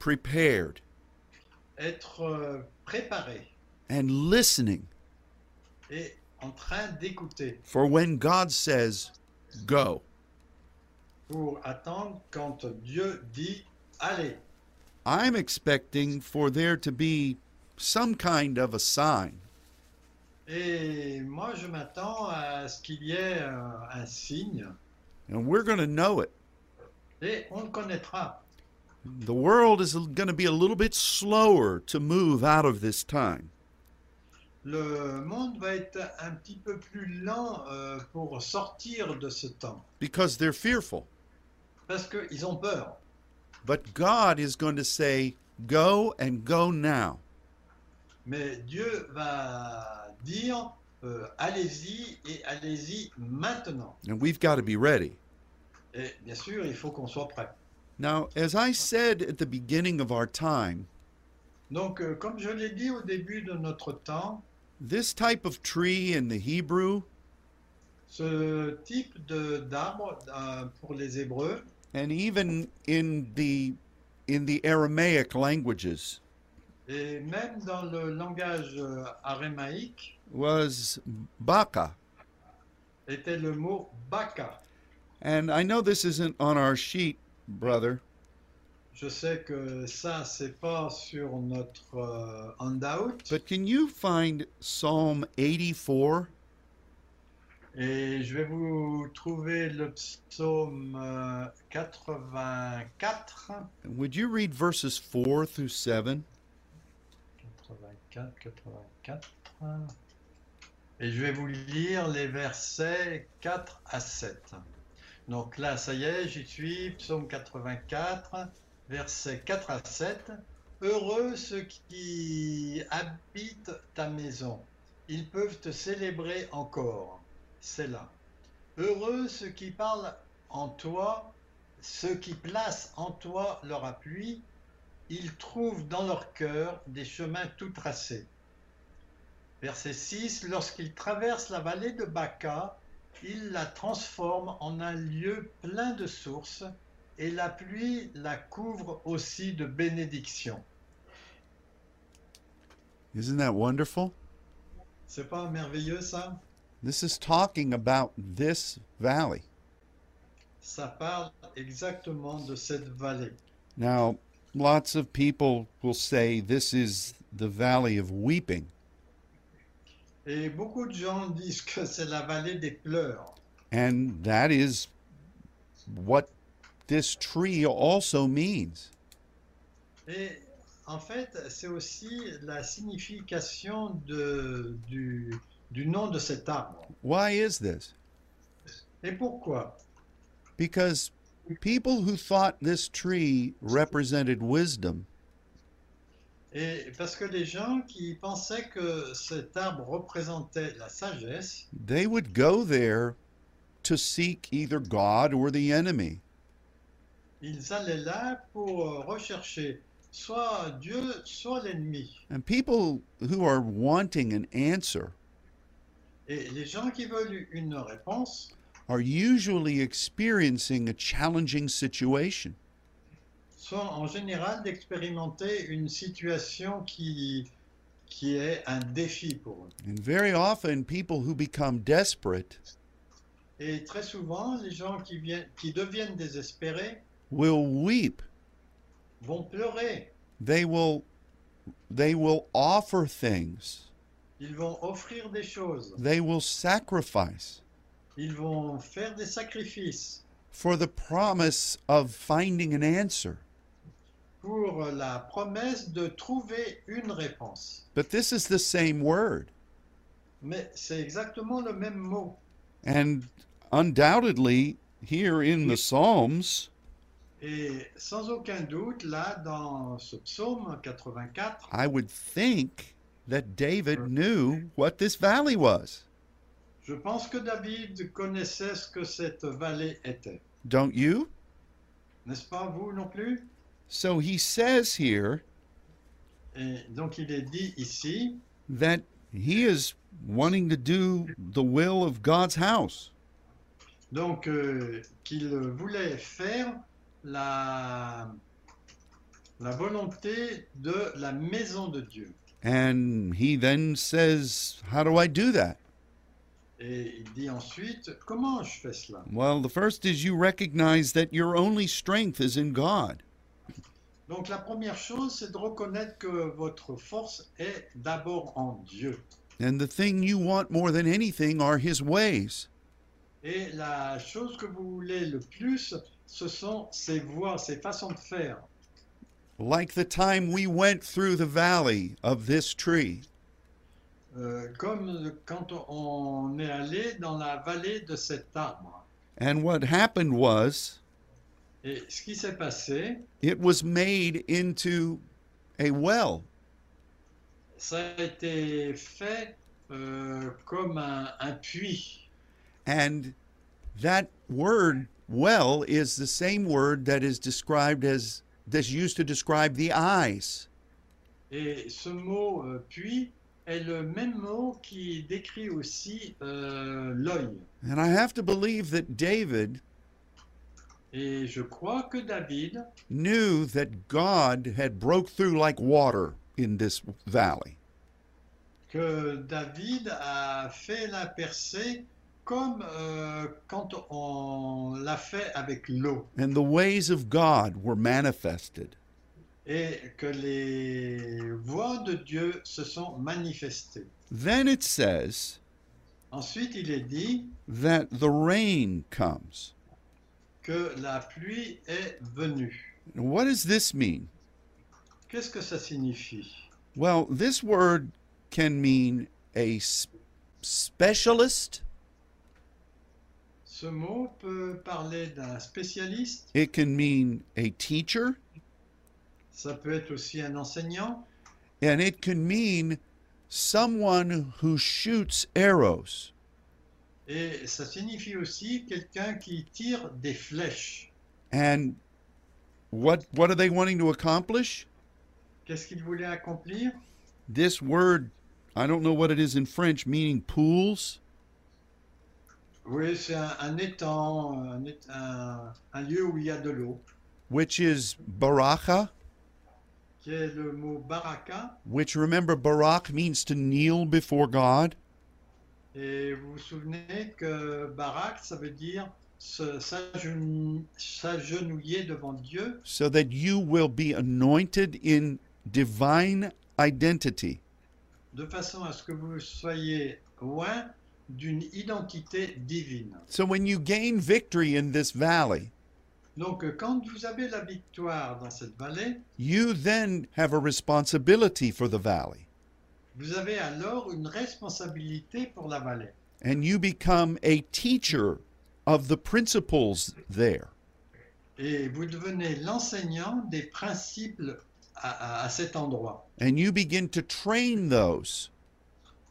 Speaker 1: prepared,
Speaker 2: être euh, préparé
Speaker 1: and listening
Speaker 2: et en train d'écouter
Speaker 1: for when God says go.
Speaker 2: pour attendre quand Dieu dit allez.
Speaker 1: I'm expecting for there to be some kind of a sign.
Speaker 2: Et moi, je m'attends à ce qu'il y ait euh, un signe
Speaker 1: And we're going to know it.
Speaker 2: et on le connaîtra.
Speaker 1: The world is going to be a little bit slower to move out of this time.
Speaker 2: Le monde va être un petit peu plus lent euh, pour sortir de ce temps,
Speaker 1: because they're fearful.
Speaker 2: parce qu'ils ont peur.
Speaker 1: But God is going to say, Go and go now.
Speaker 2: Mais Dieu va dire, euh, allez-y et allez-y maintenant.
Speaker 1: And we've got to be ready.
Speaker 2: Et bien sûr, il faut qu'on soit prêt.
Speaker 1: Now, as I said at the beginning of our time,
Speaker 2: Donc, euh, comme je l'ai dit au début de notre temps,
Speaker 1: this type of tree in the Hebrew
Speaker 2: ce type de- d'arbre euh, pour les Hébreux
Speaker 1: and even in the in the Aramaic languages
Speaker 2: et même dans le langage euh, arémaïque
Speaker 1: was baka.
Speaker 2: était le mot baka.
Speaker 1: And I know this isn't on our sheet, brother,
Speaker 2: Je sais que ça, c'est pas sur notre euh, handout.
Speaker 1: but can you find Psalm 84?
Speaker 2: Et je vais vous trouver le psaume euh, 84.
Speaker 1: Would you read verses 4 through 7?
Speaker 2: 84, 84. Et je vais vous lire les versets 4 à 7. Donc là, ça y est, j'y suis. Psaume 84, versets 4 à 7. Heureux ceux qui habitent ta maison. Ils peuvent te célébrer encore. C'est là. Heureux ceux qui parlent en toi, ceux qui placent en toi leur appui, ils trouvent dans leur cœur des chemins tout tracés. Verset 6, lorsqu'ils traversent la vallée de Baca, ils la transforment en un lieu plein de sources, et la pluie la couvre aussi de bénédictions.
Speaker 1: Isn't that wonderful?
Speaker 2: C'est pas merveilleux ça
Speaker 1: This is talking about this valley.
Speaker 2: Ça parle exactement de cette vallée.
Speaker 1: Now, lots of people will say this is the valley of weeping,
Speaker 2: Et beaucoup de gens disent que c'est la vallée des pleurs.
Speaker 1: and that is what this tree also means.
Speaker 2: Et en fait, c'est aussi la signification de- du, du nom de cet arbre.
Speaker 1: Why is this?
Speaker 2: Et pourquoi
Speaker 1: Because people who thought this tree represented wisdom
Speaker 2: Et parce que les gens qui pensaient que cet arbre représentait la sagesse,
Speaker 1: they would go there to seek either God or the enemy.
Speaker 2: ils allaient là pour rechercher soit Dieu, soit l'ennemi.
Speaker 1: And people who are wanting an answer
Speaker 2: Et les gens qui veulent une réponse
Speaker 1: are usually experiencing a challenging situation.
Speaker 2: sont en général d'expérimenter une situation qui, qui est un défi pour eux.
Speaker 1: And very often, people who become desperate
Speaker 2: Et très souvent, les gens qui, viennent, qui deviennent désespérés
Speaker 1: will weep.
Speaker 2: vont pleurer.
Speaker 1: They will, they will offer things.
Speaker 2: Ils vont offrir des choses.
Speaker 1: They will sacrifice
Speaker 2: Ils vont faire des sacrifices
Speaker 1: for the promise of finding an answer.
Speaker 2: pour la promesse de trouver une réponse.
Speaker 1: But this is the same word.
Speaker 2: Mais c'est exactement le même mot.
Speaker 1: And undoubtedly, here in the Psalms,
Speaker 2: Et sans aucun doute, là, dans ce psaume 84,
Speaker 1: I would think that David knew what this valley was.
Speaker 2: je pense que David connaissait ce que cette vallée était.
Speaker 1: Don't you?
Speaker 2: N'est-ce pas vous non plus
Speaker 1: So he says here
Speaker 2: Et donc il est dit ici
Speaker 1: that he is wanting to do the will of God's house.
Speaker 2: donc euh, qu'il voulait faire la, la volonté de la maison de Dieu.
Speaker 1: And he then says, How do I do that?
Speaker 2: Et il dit ensuite comment je fais cela
Speaker 1: Well, the first is you recognize that your only strength is in God.
Speaker 2: Donc la première chose c'est de reconnaître que votre force est d'abord en Dieu.
Speaker 1: And the thing you want more than anything are his ways.
Speaker 2: Et la chose que vous voulez le plus, ce sont ses voies, ses façons de faire.
Speaker 1: Like the time we went through the valley of this tree,
Speaker 2: Euh, comme quand on est allé dans la vallée de cet arbre.
Speaker 1: and what happened was
Speaker 2: Et ce qui s'est passé,
Speaker 1: it was made into a well.
Speaker 2: ça a été fait euh, comme un, un puits.
Speaker 1: And that word well is the same word that is described as that's used to describe the eyes.
Speaker 2: Et ce mot euh, puits est le même mot qui décrit aussi euh, l'œil.
Speaker 1: And I have to believe that David
Speaker 2: Et je crois que David
Speaker 1: knew that God had broke through like water in this valley.
Speaker 2: que David a fait la percée comme euh, quand on l'a fait avec l'eau.
Speaker 1: And the ways of God were manifested.
Speaker 2: et que les voix de Dieu se sont manifestées.
Speaker 1: Then it says
Speaker 2: Ensuite, il est dit
Speaker 1: that the rain comes.
Speaker 2: que la pluie est venue.
Speaker 1: And what does this mean?
Speaker 2: Qu'est-ce que ça signifie
Speaker 1: Well, this word can mean a s- specialist,
Speaker 2: Ce mot peut parler d'un spécialiste,
Speaker 1: it can mean a teacher,
Speaker 2: ça peut être aussi un enseignant,
Speaker 1: and it can mean someone who shoots arrows.
Speaker 2: et ça signifie aussi quelqu'un qui tire des flèches.
Speaker 1: And what what are they wanting to accomplish?
Speaker 2: Qu'est-ce qu'il voulait accomplir
Speaker 1: This word, I don't know what it is in French, meaning pools.
Speaker 2: Oui, c'est un, un étang, un, é- un- un lieu où il y a de l'eau,
Speaker 1: which is baraka,
Speaker 2: qui est le mot baraka.
Speaker 1: which remember barak means to kneel before God.
Speaker 2: Et vous vous souvenez que Barak, ça veut dire se- s'agenou- s'agenouiller devant Dieu
Speaker 1: so that you will be anointed in divine identity.
Speaker 2: de façon à ce que vous soyez loin d'une identité divine.
Speaker 1: So when you gain victory in this valley,
Speaker 2: Donc euh, quand vous avez la victoire dans cette vallée,
Speaker 1: you then have a responsibility for the valley
Speaker 2: vous avez alors une responsabilité pour la vallée.
Speaker 1: and you become a teacher of the principles there.
Speaker 2: Et vous devenez l'enseignant des principes à, à- à cet endroit.
Speaker 1: And you begin to train those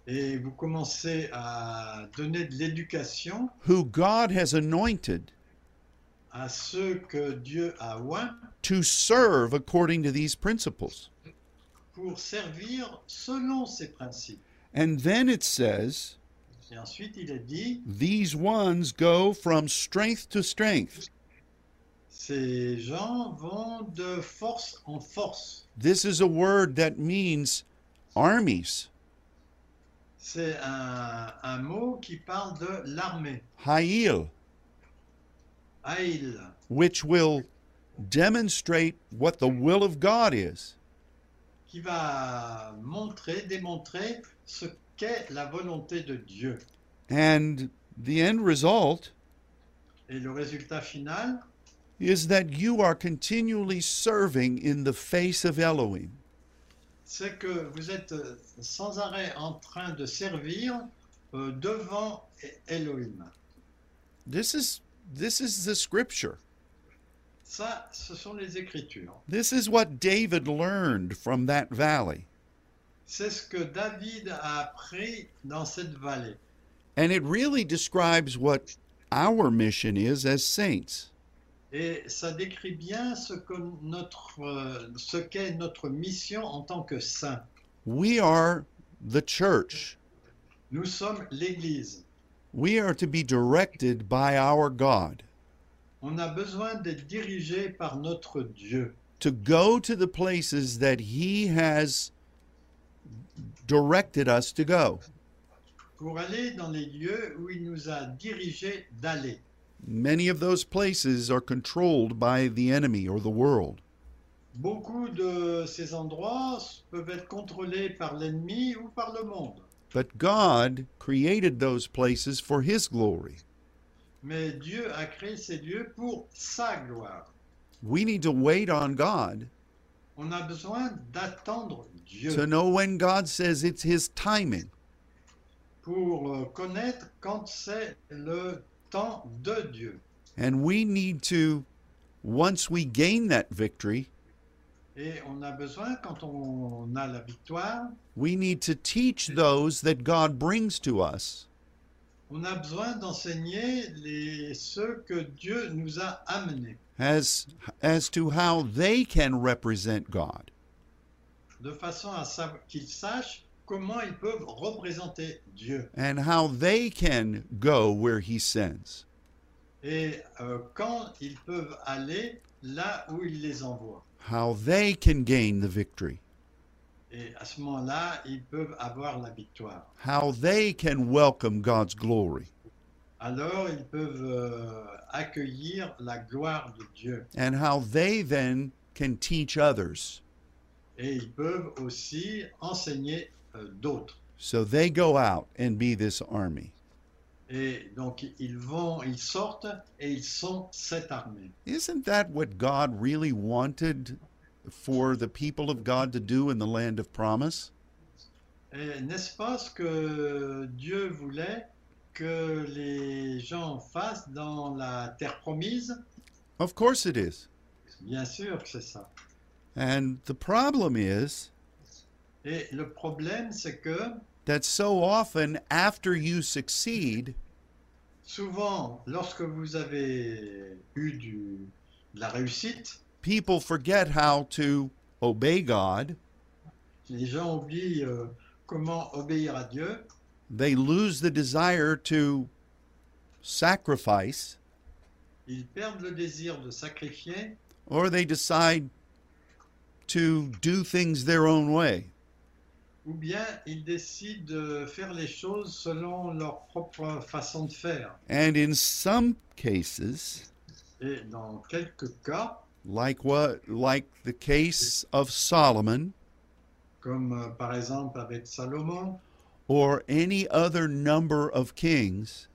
Speaker 2: Et vous commencez à donner de l'éducation
Speaker 1: who God has anointed
Speaker 2: à ceux que Dieu a oint
Speaker 1: to serve according to these principles.
Speaker 2: pour servir selon ses principes.
Speaker 1: And then it says,
Speaker 2: Et ensuite, il est dit,
Speaker 1: these ones go from strength to strength.
Speaker 2: ces gens vont de force en force.
Speaker 1: This is a word that means armies,
Speaker 2: C'est un, un mot qui parle de l'armée.
Speaker 1: ha'il,
Speaker 2: Aïl,
Speaker 1: which will demonstrate what the will of God is.
Speaker 2: qui va montrer, démontrer ce qu'est la volonté de Dieu.
Speaker 1: And the end result
Speaker 2: Et le résultat final,
Speaker 1: is that you are continually serving in the face of Elohim.
Speaker 2: c'est que vous êtes sans arrêt en train de servir euh, devant Elohim.
Speaker 1: This is this is the scripture.
Speaker 2: Ça, ce sont les Écritures.
Speaker 1: This is what David learned from that valley.
Speaker 2: C'est ce que David a appris dans cette vallée.
Speaker 1: And it really describes what our mission is as saints.
Speaker 2: Et ça décrit bien ce que notre, euh, ce qu'est notre mission en tant que saint.
Speaker 1: We are the church.
Speaker 2: Nous sommes l'Église.
Speaker 1: We are to be directed by our God,
Speaker 2: On a besoin d'être dirigé par notre Dieu,
Speaker 1: to go to the places that He has directed us to go.
Speaker 2: pour aller dans les lieux où il nous a dirigés d'aller.
Speaker 1: Many of those places are controlled by the enemy or the world.
Speaker 2: Beaucoup de ces endroits peuvent être contrôlés par l'ennemi ou par le monde.
Speaker 1: But God created those places for His glory.
Speaker 2: Mais Dieu a créé ces lieux pour sa gloire.
Speaker 1: We need to wait on God
Speaker 2: On a besoin d'attendre
Speaker 1: to
Speaker 2: Dieu
Speaker 1: know when God says it's His timing.
Speaker 2: pour euh, connaître quand c'est le temps de Dieu.
Speaker 1: And we need to, once we gain that victory,
Speaker 2: Et on a besoin, quand on a la victoire,
Speaker 1: we need to teach those that God brings to us
Speaker 2: on a besoin d'enseigner les, ceux que Dieu nous a amenés,
Speaker 1: as, as to how they can represent God.
Speaker 2: de façon à sa- qu'ils sachent comment ils peuvent représenter Dieu.
Speaker 1: and how they can go where he sends.
Speaker 2: et euh, quand ils peuvent aller là où il les envoie.
Speaker 1: How they can gain the victory.
Speaker 2: Et à ce moment-là, ils peuvent avoir la victoire.
Speaker 1: How they can welcome God's glory.
Speaker 2: Alors, ils peuvent euh, accueillir la gloire de Dieu.
Speaker 1: And how they then can teach others.
Speaker 2: Et ils peuvent aussi enseigner euh, d'autres.
Speaker 1: So they go out and be this army.
Speaker 2: Et donc, ils vont, ils sortent et ils sont cette armée.
Speaker 1: Isn't that what God really wanted for the people of God to do in the land of promise?
Speaker 2: Et n'est-ce pas ce que Dieu voulait que les gens fassent dans la terre promise
Speaker 1: Of course it is.
Speaker 2: Bien sûr que c'est ça.
Speaker 1: And the problem is
Speaker 2: Et le problème, c'est que
Speaker 1: that so often after you succeed,
Speaker 2: souvent, lorsque vous avez eu du- de la réussite,
Speaker 1: people forget how to obey God.
Speaker 2: les gens oublient euh, comment obéir à Dieu.
Speaker 1: They lose the desire to sacrifice,
Speaker 2: Ils perdent le désir de sacrifier
Speaker 1: or they decide to do things their own way.
Speaker 2: ou bien ils décident de faire les choses selon leur propre façon de faire.
Speaker 1: And in some cases,
Speaker 2: Et dans quelques cas,
Speaker 1: like what like the case of Solomon
Speaker 2: comme euh, par exemple avec Salomon,
Speaker 1: or any other number of kings,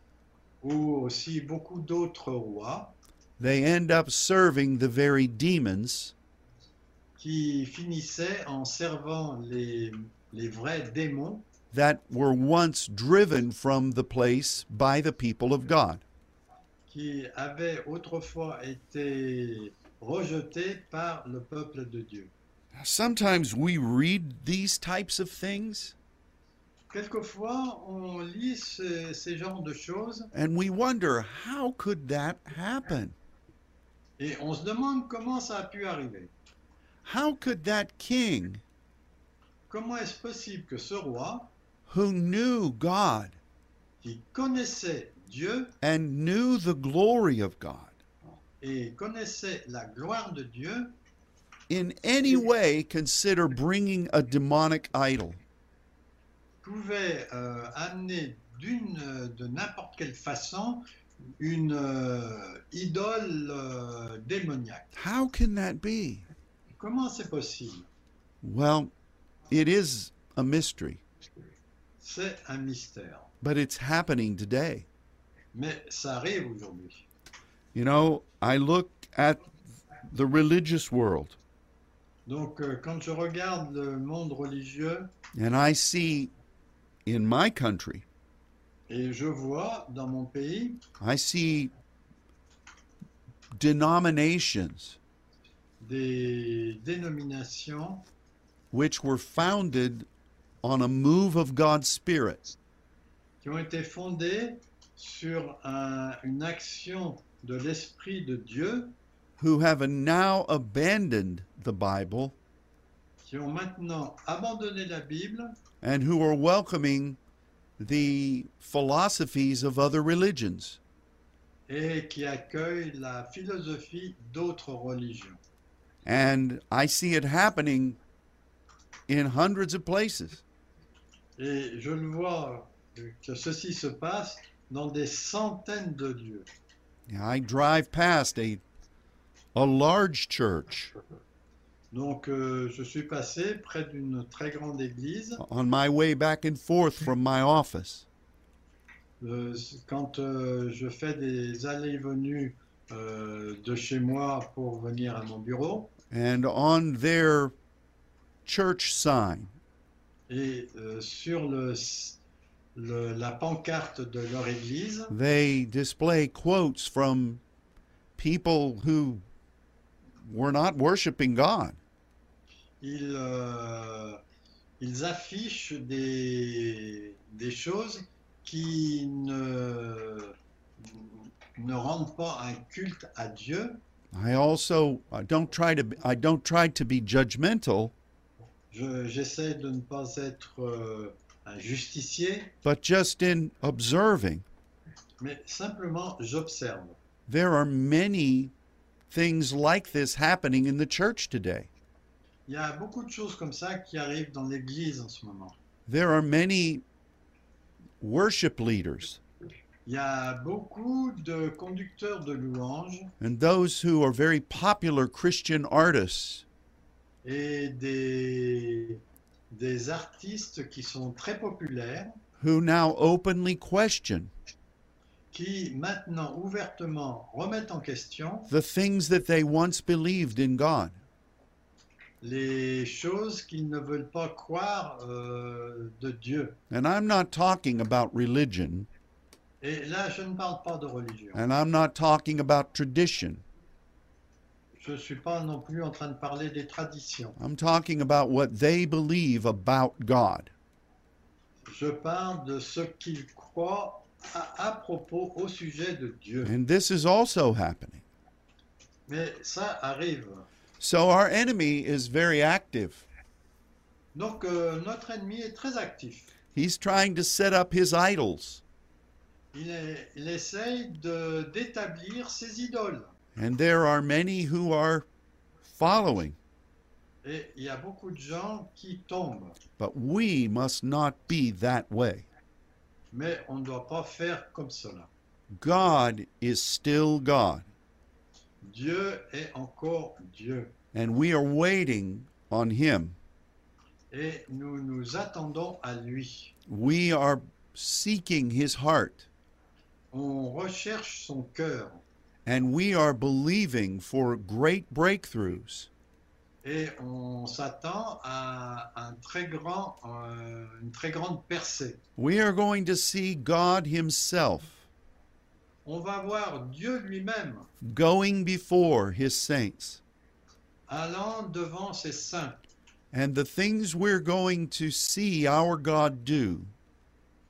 Speaker 2: ou aussi beaucoup d'autres rois,
Speaker 1: they end up serving the very demons
Speaker 2: qui finissaient en servant les, les vrais démons
Speaker 1: that were once driven from the place by the people of God.
Speaker 2: qui avaient autrefois été rejetés par le peuple de Dieu.
Speaker 1: Sometimes we read these types of things
Speaker 2: Quelquefois, on lit ce- ces genres de choses
Speaker 1: and we wonder how could that happen?
Speaker 2: et on se demande comment ça a pu arriver.
Speaker 1: How could that king
Speaker 2: Comment est-ce possible que ce roi,
Speaker 1: who knew God
Speaker 2: qui connaissait Dieu
Speaker 1: and knew the glory of God
Speaker 2: et connaissait la gloire de Dieu,
Speaker 1: in any way consider bringing a demonic idol?
Speaker 2: pouvait euh, amener d'une, euh, de n'importe quelle façon une euh, idole euh, démoniaque.
Speaker 1: How can that be?
Speaker 2: Comment c'est possible
Speaker 1: Well, it is a mystery,
Speaker 2: C'est un mystère.
Speaker 1: but it's happening today.
Speaker 2: Mais ça arrive aujourd'hui.
Speaker 1: You know, I look at the religious world
Speaker 2: Donc euh, quand je regarde le monde religieux
Speaker 1: and I see in my country,
Speaker 2: et je vois dans mon pays
Speaker 1: I see denominations
Speaker 2: des dénominations
Speaker 1: which were founded on a move of God's Spirit.
Speaker 2: qui ont été fondées sur un- une action de l'Esprit de Dieu,
Speaker 1: who have now abandoned the Bible
Speaker 2: qui ont maintenant abandonné la Bible
Speaker 1: and who are welcoming the philosophies of other religions.
Speaker 2: et qui accueillent la philosophie d'autres religions.
Speaker 1: And I see it happening in hundreds of places.
Speaker 2: Et je le vois euh, que ceci se passe dans des centaines de lieux.
Speaker 1: Now, I drive past a a large church
Speaker 2: Donc, euh, je suis passé près d'une très grande église
Speaker 1: on my way back and forth from my office.
Speaker 2: euh, quand euh, je fais des allées et venues euh, de chez moi pour venir à mon bureau.
Speaker 1: And on their church sign,
Speaker 2: Et euh, sur le, s- le- la pancarte de leur église,
Speaker 1: they display quotes from people who were not worshiping God.
Speaker 2: ils, euh, ils affichent des, des choses qui ne, ne rendent pas un culte à Dieu.
Speaker 1: I also I don't try to I don't try to be judgmental,
Speaker 2: Je- J'essaie de ne pas être euh, un justicier,
Speaker 1: but just in observing,
Speaker 2: mais simplement j'observe.
Speaker 1: there are many things like this happening in the church today.
Speaker 2: Il y a beaucoup de choses comme ça qui arrivent dans l'Église en ce moment.
Speaker 1: There are many worship leaders
Speaker 2: Il y a beaucoup de conducteurs de louanges
Speaker 1: and those who are very popular Christian artists
Speaker 2: et des, des artistes qui sont très populaires,
Speaker 1: who now openly question
Speaker 2: qui maintenant ouvertement remettent en question
Speaker 1: the things that they once believed in God.
Speaker 2: les choses qu'ils ne veulent pas croire euh, de Dieu.
Speaker 1: And I'm not talking about religion
Speaker 2: Et là, je ne parle pas de religion.
Speaker 1: and I'm not talking about tradition.
Speaker 2: Je ne suis pas non plus en train de parler des traditions.
Speaker 1: I'm talking about what they believe about God.
Speaker 2: Je parle de ce qu'ils croient à, à propos au sujet de Dieu.
Speaker 1: And this is also happening.
Speaker 2: Mais ça arrive.
Speaker 1: So our enemy is very active.
Speaker 2: Donc euh, notre ennemi est très actif.
Speaker 1: He's trying to set up his idols,
Speaker 2: Il, est- il essaye de- d'établir ses idoles.
Speaker 1: and there are many who are following.
Speaker 2: et il y a beaucoup de gens qui tombent.
Speaker 1: But we must not be that way.
Speaker 2: Mais on ne doit pas faire comme cela.
Speaker 1: God is still God,
Speaker 2: Dieu est encore Dieu
Speaker 1: and we are waiting on Him.
Speaker 2: et nous nous attendons à lui.
Speaker 1: We are seeking His heart,
Speaker 2: On recherche son cœur
Speaker 1: and we are believing for great breakthroughs.
Speaker 2: et on s'attend à un très grand, euh, une très grande percée.
Speaker 1: We are going to see God Himself
Speaker 2: On va voir Dieu lui-même
Speaker 1: going before His saints.
Speaker 2: allant devant ses saints.
Speaker 1: And the things we're going to see our God do,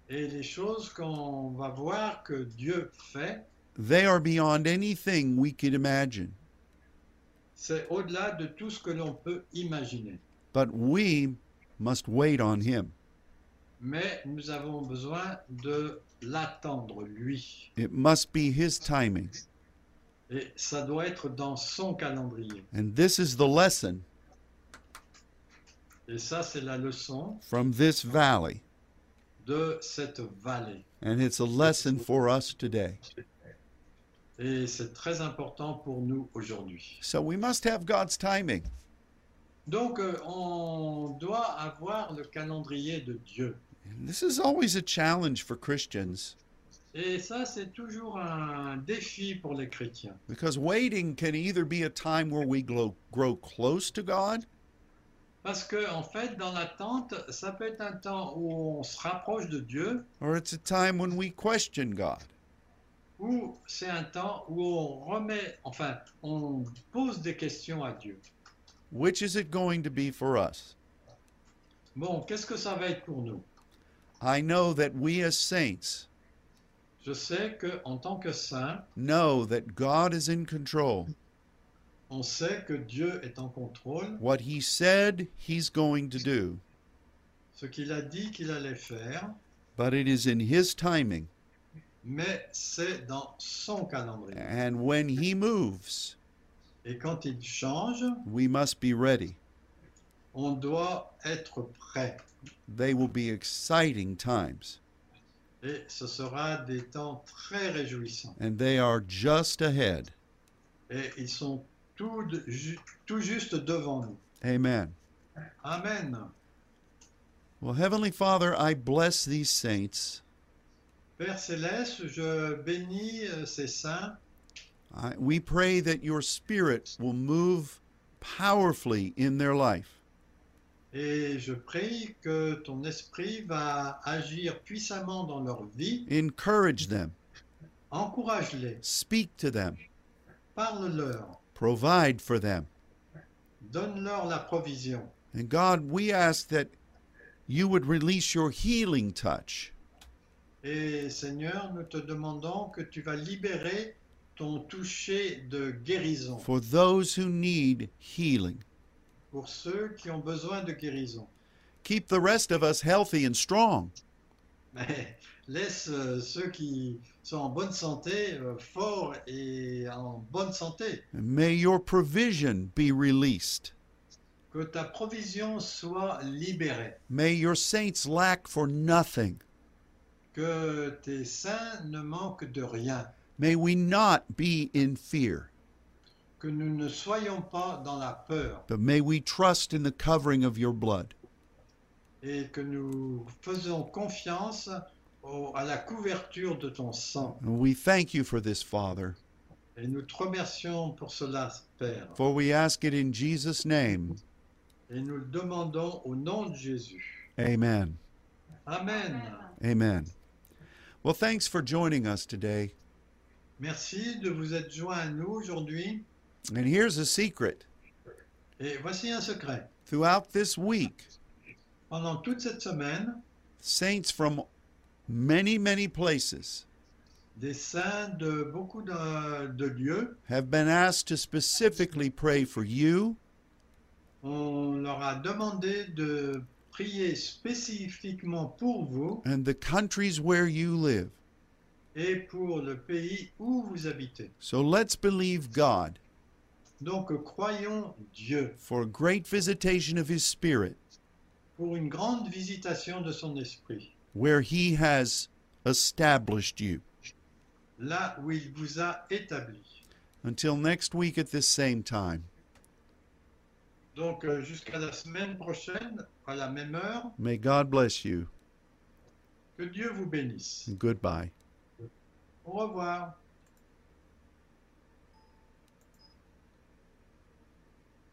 Speaker 2: Et les choses qu'on va voir que Dieu fait,
Speaker 1: they are beyond anything we could imagine.
Speaker 2: c'est au-delà de tout ce que l'on peut imaginer.
Speaker 1: But we must wait on Him.
Speaker 2: Mais nous avons besoin de l'attendre, lui.
Speaker 1: It must be His timing.
Speaker 2: Et ça doit être dans son calendrier.
Speaker 1: And this is the lesson
Speaker 2: Et ça, c'est la leçon
Speaker 1: from this valley.
Speaker 2: de cette vallée.
Speaker 1: And it's a lesson for us today.
Speaker 2: Et c'est très important pour nous aujourd'hui.
Speaker 1: So we must have God's timing.
Speaker 2: Donc, euh, on doit avoir le calendrier de Dieu.
Speaker 1: And this is always a challenge for Christians
Speaker 2: Et ça, c'est toujours un défi pour les chrétiens.
Speaker 1: because waiting can either be a time where we grow, grow close to God
Speaker 2: Parce que, en fait, dans l'attente, ça peut être un temps où on se rapproche de Dieu,
Speaker 1: or it's a time when we question God.
Speaker 2: ou c'est un temps où on remet, enfin, on pose des questions à Dieu.
Speaker 1: Which is it going to be for us?
Speaker 2: Bon, qu'est-ce que ça va être pour nous
Speaker 1: I know that we as saints
Speaker 2: Je sais que, en tant que saint,
Speaker 1: know that God is in control.
Speaker 2: on sait que Dieu est en contrôle.
Speaker 1: What He said He's going to do,
Speaker 2: Ce qu'il a dit qu'il allait faire,
Speaker 1: but it is in His timing.
Speaker 2: mais c'est dans son calendrier.
Speaker 1: And when He moves,
Speaker 2: Et quand il change,
Speaker 1: we must be ready.
Speaker 2: on doit être prêt.
Speaker 1: They will be exciting times,
Speaker 2: Et ce sera des temps très réjouissants.
Speaker 1: and they are just ahead.
Speaker 2: Et ils sont tout, de- ju- tout juste devant nous.
Speaker 1: Amen.
Speaker 2: Amen.
Speaker 1: Well, Heavenly Father, I bless these saints.
Speaker 2: Père céleste, je bénis euh, ces saints
Speaker 1: I, we pray that your Spirit will move powerfully in their life.
Speaker 2: et je prie que ton esprit va agir puissamment dans leur vie.
Speaker 1: Encourage them,
Speaker 2: Encourage-les,
Speaker 1: speak to them,
Speaker 2: parle-leur,
Speaker 1: provide for them.
Speaker 2: donne-leur la provision.
Speaker 1: And God, we ask that you would release your healing touch
Speaker 2: Et Seigneur, nous te demandons que tu vas libérer ton toucher de guérison
Speaker 1: for those who need healing.
Speaker 2: pour ceux qui ont besoin de guérison.
Speaker 1: Keep the rest of us healthy and strong.
Speaker 2: Mais laisse euh, ceux qui sont en bonne santé euh, forts et en bonne santé.
Speaker 1: And may your provision be released.
Speaker 2: Que ta provision soit libérée.
Speaker 1: May your saints lack for nothing.
Speaker 2: Que tes saints ne manquent de rien.
Speaker 1: May we not be in fear,
Speaker 2: Que nous ne soyons pas dans la peur.
Speaker 1: but may we trust in the covering of your blood.
Speaker 2: Et que nous faisons confiance au- à la couverture de ton sang.
Speaker 1: And we thank you for this, Father,
Speaker 2: Et nous te remercions pour cela, Père.
Speaker 1: for we ask it in Jesus' name.
Speaker 2: Et nous le demandons au nom de Jésus.
Speaker 1: Amen.
Speaker 2: Amen.
Speaker 1: Amen. Well, thanks for joining us today.
Speaker 2: Merci de vous être joints à nous aujourd'hui.
Speaker 1: And here's a secret
Speaker 2: Et voici un secret.
Speaker 1: throughout this week,
Speaker 2: Pendant toute cette semaine,
Speaker 1: saints from many, many places
Speaker 2: des saints de beaucoup de, de lieux,
Speaker 1: have been asked to specifically pray for you,
Speaker 2: on leur a demandé de prier spécifiquement pour vous
Speaker 1: and the countries where you live.
Speaker 2: et pour le pays où vous habitez.
Speaker 1: So let's believe God
Speaker 2: Donc croyons Dieu
Speaker 1: for a great visitation of his spirit,
Speaker 2: pour une grande visitation de son esprit,
Speaker 1: where he has established you.
Speaker 2: là où il vous a établi.
Speaker 1: Until next week at this same time,
Speaker 2: Donc euh, jusqu'à la semaine prochaine, à la même heure,
Speaker 1: may God bless you.
Speaker 2: que Dieu vous bénisse.
Speaker 1: Goodbye.
Speaker 2: Au revoir.